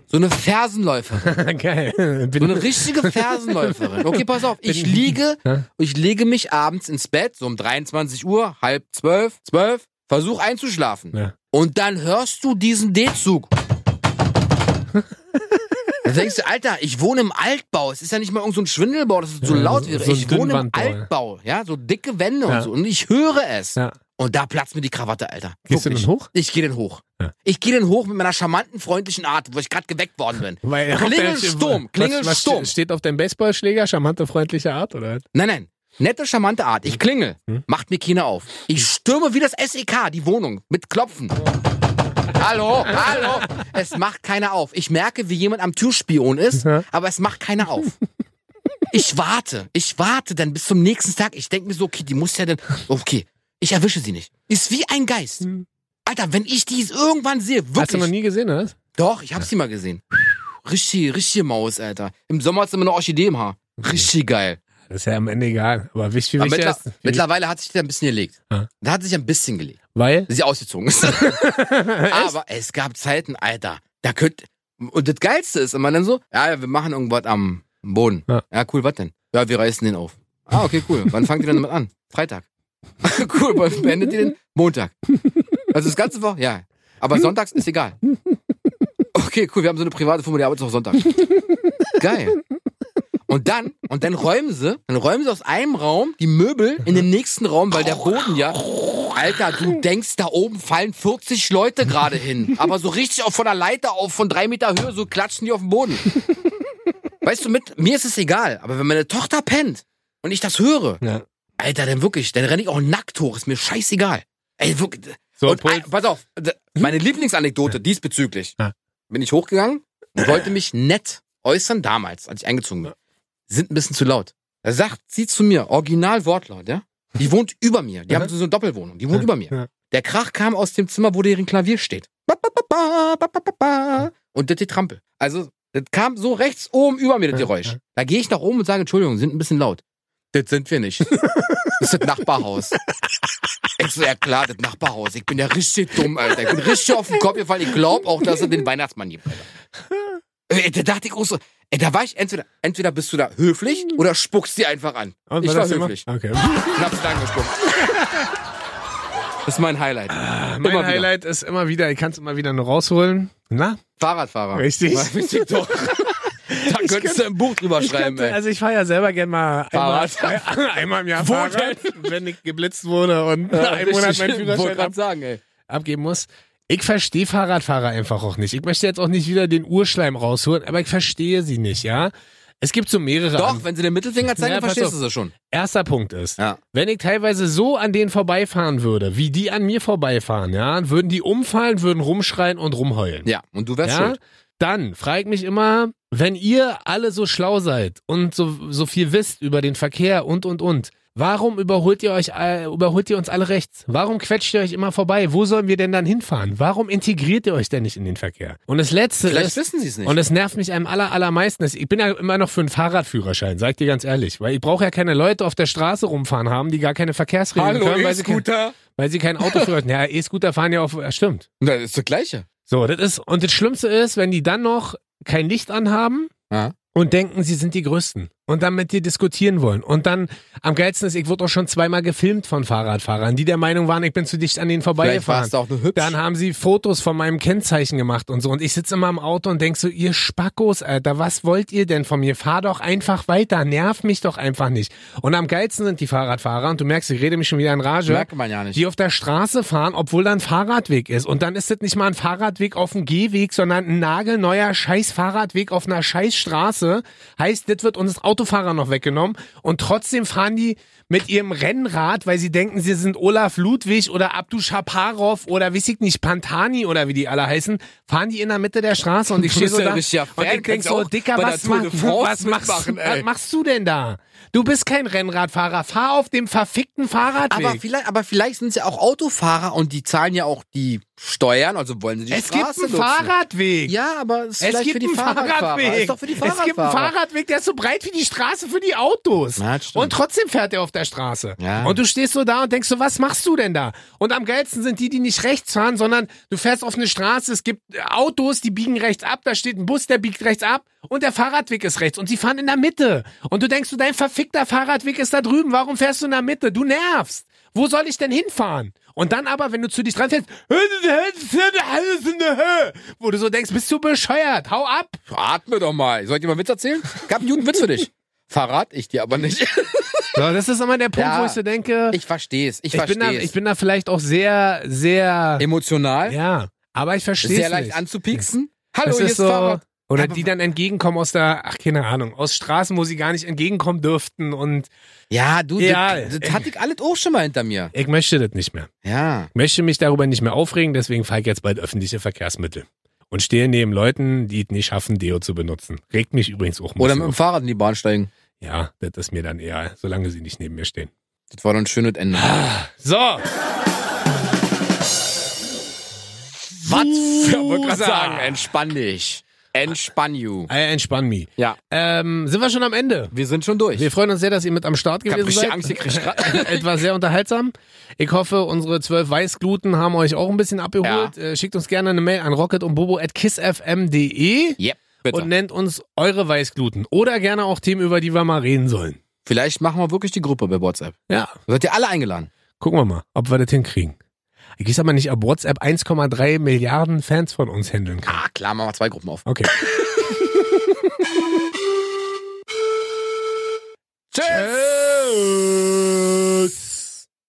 So eine Fersenläuferin.
Geil.
So eine richtige Fersenläuferin. Okay, pass auf. Ich
Bin-
liege,
Ja.
ich lege mich abends ins Bett, so um 23 Uhr, halb zwölf, zwölf, versuch einzuschlafen.
Ja.
Und dann hörst du diesen D-Zug. Dann denkst du, Alter, ich wohne im Altbau. Es ist ja nicht mal irgend so ein Schwindelbau, dass es so
Ja,
laut
so-
wäre.
so ein
ich wohne im
Dünnwandbau, ja.
Altbau, ja, so dicke Wände
Ja.
und so. Und ich höre es.
Ja.
Und da platzt mir die Krawatte, Alter.
Gehst du
Wirklich.
denn hoch?
Ich gehe den hoch.
Ja.
Ich gehe den hoch mit meiner charmanten, freundlichen Art, wo ich gerade geweckt worden bin.
Weil auf
Klingelsturm,
der- Was,
Klingelsturm.
was steht auf deinem Baseballschläger? Charmante, freundliche Art, oder?
Nein, nein. Nette, charmante Art. Ich klingel.
Hm?
Macht mir keiner auf. Ich stürme wie das SEK, die Wohnung, mit Klopfen. Hallo, hallo. Es macht keiner auf. Ich merke, wie jemand am Türspion ist,
Ja.
aber es macht keiner auf. Ich warte. Ich warte dann bis zum nächsten Tag. Ich denke mir so, okay, die muss ja dann. Okay, ich erwische sie nicht. Ist wie ein Geist.
Hm.
Alter, wenn ich die irgendwann sehe, wirklich.
Hast du noch nie gesehen, oder? was?
Doch, ich hab sie mal gesehen. Richtig, richtig Maus, Alter. Im Sommer hat's immer eine Orchidee im Haar. Richtig geil.
Das ist ja am Ende egal. Aber wichtig, wie
Aber
wichtig
mittler
ist, wie-
mittlerweile hat sich das ein bisschen gelegt.
Ja.
Da hat sich ein bisschen gelegt.
weil
dass Sie ausgezogen ist. Aber es gab Zeiten, Alter. Da könnt und das Geilste ist immer dann so, ja, wir machen irgendwas am Boden.
Ja.
Ja, cool, was denn? Ja, wir reißen den auf. Ah, okay, cool. Wann fangt ihr denn damit an? Freitag. cool, wann beendet ihr den? Montag. Also das ganze Woche? Ja. Aber sonntags ist egal. Okay, cool, wir haben so eine private Firma, die arbeitet auch Sonntag. Geil. Und dann, und dann räumen sie, dann räumen sie aus einem Raum die Möbel in den nächsten Raum, weil der Boden ja. Alter, du denkst, da oben fallen 40 Leute gerade hin. Aber so richtig auch von der Leiter auf, von drei Meter Höhe, so klatschen die auf den Boden. Weißt du, mit mir ist es egal, aber wenn meine Tochter pennt und ich das höre,
Ja.
Alter, dann wirklich, dann renne ich auch nackt hoch, ist mir scheißegal. Ey, wirklich.
So,
und,
Pol-
ein, pass auf, d- meine Lieblingsanekdote diesbezüglich.
Ja.
Bin ich hochgegangen und wollte mich nett äußern, damals, als ich eingezogen bin. Sind ein bisschen zu laut. Da sagt sie zu mir, original Wortlaut, ja? Die wohnt über mir. Die
Ja.
haben so eine Doppelwohnung. Die wohnt über mir.
Mhm. Ja.
Der Krach kam aus dem Zimmer, wo deren Klavier steht. Ba, ba, ba, ba, ba, ba, ba, ba. Und das die Trampel. Also, das kam so rechts oben über mir, das
Ja,
Geräusch.
ja.
Da gehe ich nach oben und sage, Entschuldigung, sind ein bisschen laut. Das sind wir nicht. Das ist das Nachbarhaus. Ich so, ja klar, das Nachbarhaus. Ich bin ja richtig dumm, Alter. Ich bin richtig auf den Kopf gefallen. Ich glaube auch, dass es den Weihnachtsmann gibt. Alter. Äh, Da dachte ich auch so, ey, da war ich entweder, entweder bist du da höflich oder spuckst dir einfach an.
Und
ich
war
war
das immer?
höflich.
Okay.
Und hab's dann gespuckt. Das ist mein Highlight.
Ah, Mein
wieder.
Highlight ist immer wieder, ich kann es immer wieder nur rausholen. Na?
Fahrradfahrer.
Richtig.
Ja, Richtig doch. Da könntest du ein Buch drüber schreiben, ey.
also ich fahre ja selber gern mal einmal,
Fahrrad.
einmal im Jahr
Wo
Fahrrad, wenn ich geblitzt wurde und nach einem Monat meinen
Wollte
Führerschein ab,
gerade sagen, ey.
abgeben muss. Ich verstehe Fahrradfahrer einfach auch nicht. Ich möchte jetzt auch nicht wieder den Urschleim rausholen, aber ich verstehe sie nicht, ja? Es gibt so mehrere. An-
Doch, wenn sie den Mittelfinger zeigen,
Ja, pass
verstehst
auf.
du sie schon.
Erster Punkt ist,
Ja.
wenn ich teilweise so an denen vorbeifahren würde, wie die an mir vorbeifahren, ja, würden die umfallen, würden rumschreien und rumheulen.
Ja, und du wärst
ja?
schuld.
Dann frage ich mich immer, wenn ihr alle so schlau seid und so, so viel wisst über den Verkehr und und und, warum überholt ihr euch all- überholt ihr uns alle rechts? Warum quetscht ihr euch immer vorbei? Wo sollen wir denn dann hinfahren? Warum integriert ihr euch denn nicht in den Verkehr? Und das letzte
Vielleicht
ist
wissen sie es nicht.
und es nervt mich am aller, allermeisten. ist, Ich bin ja immer noch für einen Fahrradführerschein, sag ich dir ganz ehrlich. Weil ich brauche ja keine Leute auf der Straße rumfahren haben, die gar keine Verkehrsregeln können, weil sie, kein,
E-Scooter.
weil sie keinen Autoführerschein Ja, E-Scooter fahren ja auf. Ja, stimmt.
Na, das ist das Gleiche.
So, das ist, und das Schlimmste ist, wenn die dann noch kein Licht anhaben
Ja.
und denken, sie sind die Größten und dann mit dir diskutieren wollen. Und dann, am geilsten ist, ich wurde auch schon zweimal gefilmt von Fahrradfahrern, die der Meinung waren, ich bin zu dicht an denen
Vielleicht warst
vorbeigefahren.
du auch nur hübsch.
Dann haben sie Fotos von meinem Kennzeichen gemacht und so. Und ich sitze immer im Auto und denk so, ihr Spackos, Alter, was wollt ihr denn von mir? Fahr doch einfach weiter, nerv mich doch einfach nicht. Und am geilsten sind die Fahrradfahrer und du merkst, ich rede mich schon wieder in Rage
Merkt man ja nicht.
die auf der Straße fahren, obwohl da ein Fahrradweg ist. Und dann ist das nicht mal ein Fahrradweg auf dem Gehweg, sondern ein nagelneuer scheiß Fahrradweg auf einer scheiß Straße. Heißt, das wird uns Autofahrer noch weggenommen. Und trotzdem fahren die mit ihrem Rennrad, weil sie denken, sie sind Olaf Ludwig oder Abdu Shaparov oder weiß ich nicht, Pantani oder wie die alle heißen, fahren die in der Mitte der Straße und ich
Du
stehe
bist
so
ja
da
richtiger Fan,
und ich denk
kannst
so,
auch
Dicker,
bei der
was,
Tour
mach,
de France
was, machst,
mitmachen,
was
ey.
machst du denn da? Du bist kein Rennradfahrer, fahr auf dem verfickten Fahrradweg.
aber vielleicht, aber vielleicht sind es ja auch Autofahrer und die zahlen ja auch die Steuern, also wollen sie die
Es gibt
Straße
einen
nutzen.
Fahrradweg.
Ja, aber es ist
es
vielleicht
gibt
für die
einen
Fahrradfahrer.
Fahrradweg.
Ist doch für die
es gibt einen
Fahrradfahrer.
Fahrradweg, der ist so breit wie die Straße für die Autos.
Ja, das stimmt.
und trotzdem fährt er auf der Straße.
Ja.
Und du stehst so da und denkst so, was machst du denn da? Und am geilsten sind die, die nicht rechts fahren, sondern du fährst auf eine Straße, es gibt Autos, die biegen rechts ab, da steht ein Bus, der biegt rechts ab und der Fahrradweg ist rechts und sie fahren in der Mitte. Und du denkst so, dein verfickter Fahrradweg ist da drüben, warum fährst du in der Mitte? Du nervst. Wo soll ich denn hinfahren? Und dann aber, wenn du zu dich dran fährst, wo du so denkst, bist du bescheuert, hau ab.
Atme doch mal. Soll ich dir mal einen Witz erzählen? Ich hab einen guten Witz für dich. Verrat ich dir aber nicht.
So, das ist immer der Punkt,
Ja.
wo ich so denke, ich,
Ich verstehe es. Ich,
bin, da,
verstehe
ich
es.
bin da vielleicht auch sehr, sehr,
Emotional,
ja, aber ich verstehe
sehr
es
leicht
nicht.
anzupieksen. Hallo,
Das
hier
ist
ist
so,
Fahrrad.
oder
Aber-
die dann entgegenkommen aus der, ach, keine Ahnung, aus Straßen, wo sie gar nicht entgegenkommen dürften und
Ja, du,
Ja.
das, das hatte ich alles auch schon mal hinter mir.
ich möchte das nicht mehr.
Ja.
Ich möchte mich darüber nicht mehr aufregen, deswegen fahre ich jetzt bald öffentliche Verkehrsmittel. Und stehe neben Leuten, die es nicht schaffen, Deo zu benutzen. Regt mich übrigens auch ein
Oder
bisschen
mit dem
auf.
Fahrrad in die Bahn steigen.
Ja, das ist mir dann eher, solange sie nicht neben mir stehen.
Das war doch ein schönes Ende.
So, ah
Was? Ja, wollte gerade
Susa.
sagen, entspann dich. Entspann you.
I entspann mich.
Ja,
Ähm, sind wir schon am Ende?
wir sind schon durch.
Wir
Ich
freuen uns sehr, dass ihr mit am Start
hab
gewesen
richtig
seid.
Angst gekriegt.
Es war sehr unterhaltsam. Ich hoffe, unsere zwölf Weißgluten haben euch auch ein bisschen abgeholt. Äh, schickt uns gerne eine Mail an rocket und bobo at kissfm.de
yep,
und
bitte.
nennt uns eure Weißgluten. Oder gerne auch Themen, über die wir mal reden sollen.
Vielleicht machen wir wirklich die Gruppe bei WhatsApp.
Ja,
Seid ihr alle eingeladen?
gucken wir mal, ob wir das hinkriegen. Ich gehe aber nicht, ob WhatsApp 1,3 Milliarden Fans von uns handeln kann.
Ah, klar, machen wir zwei Gruppen auf.
Okay.
Tschüss.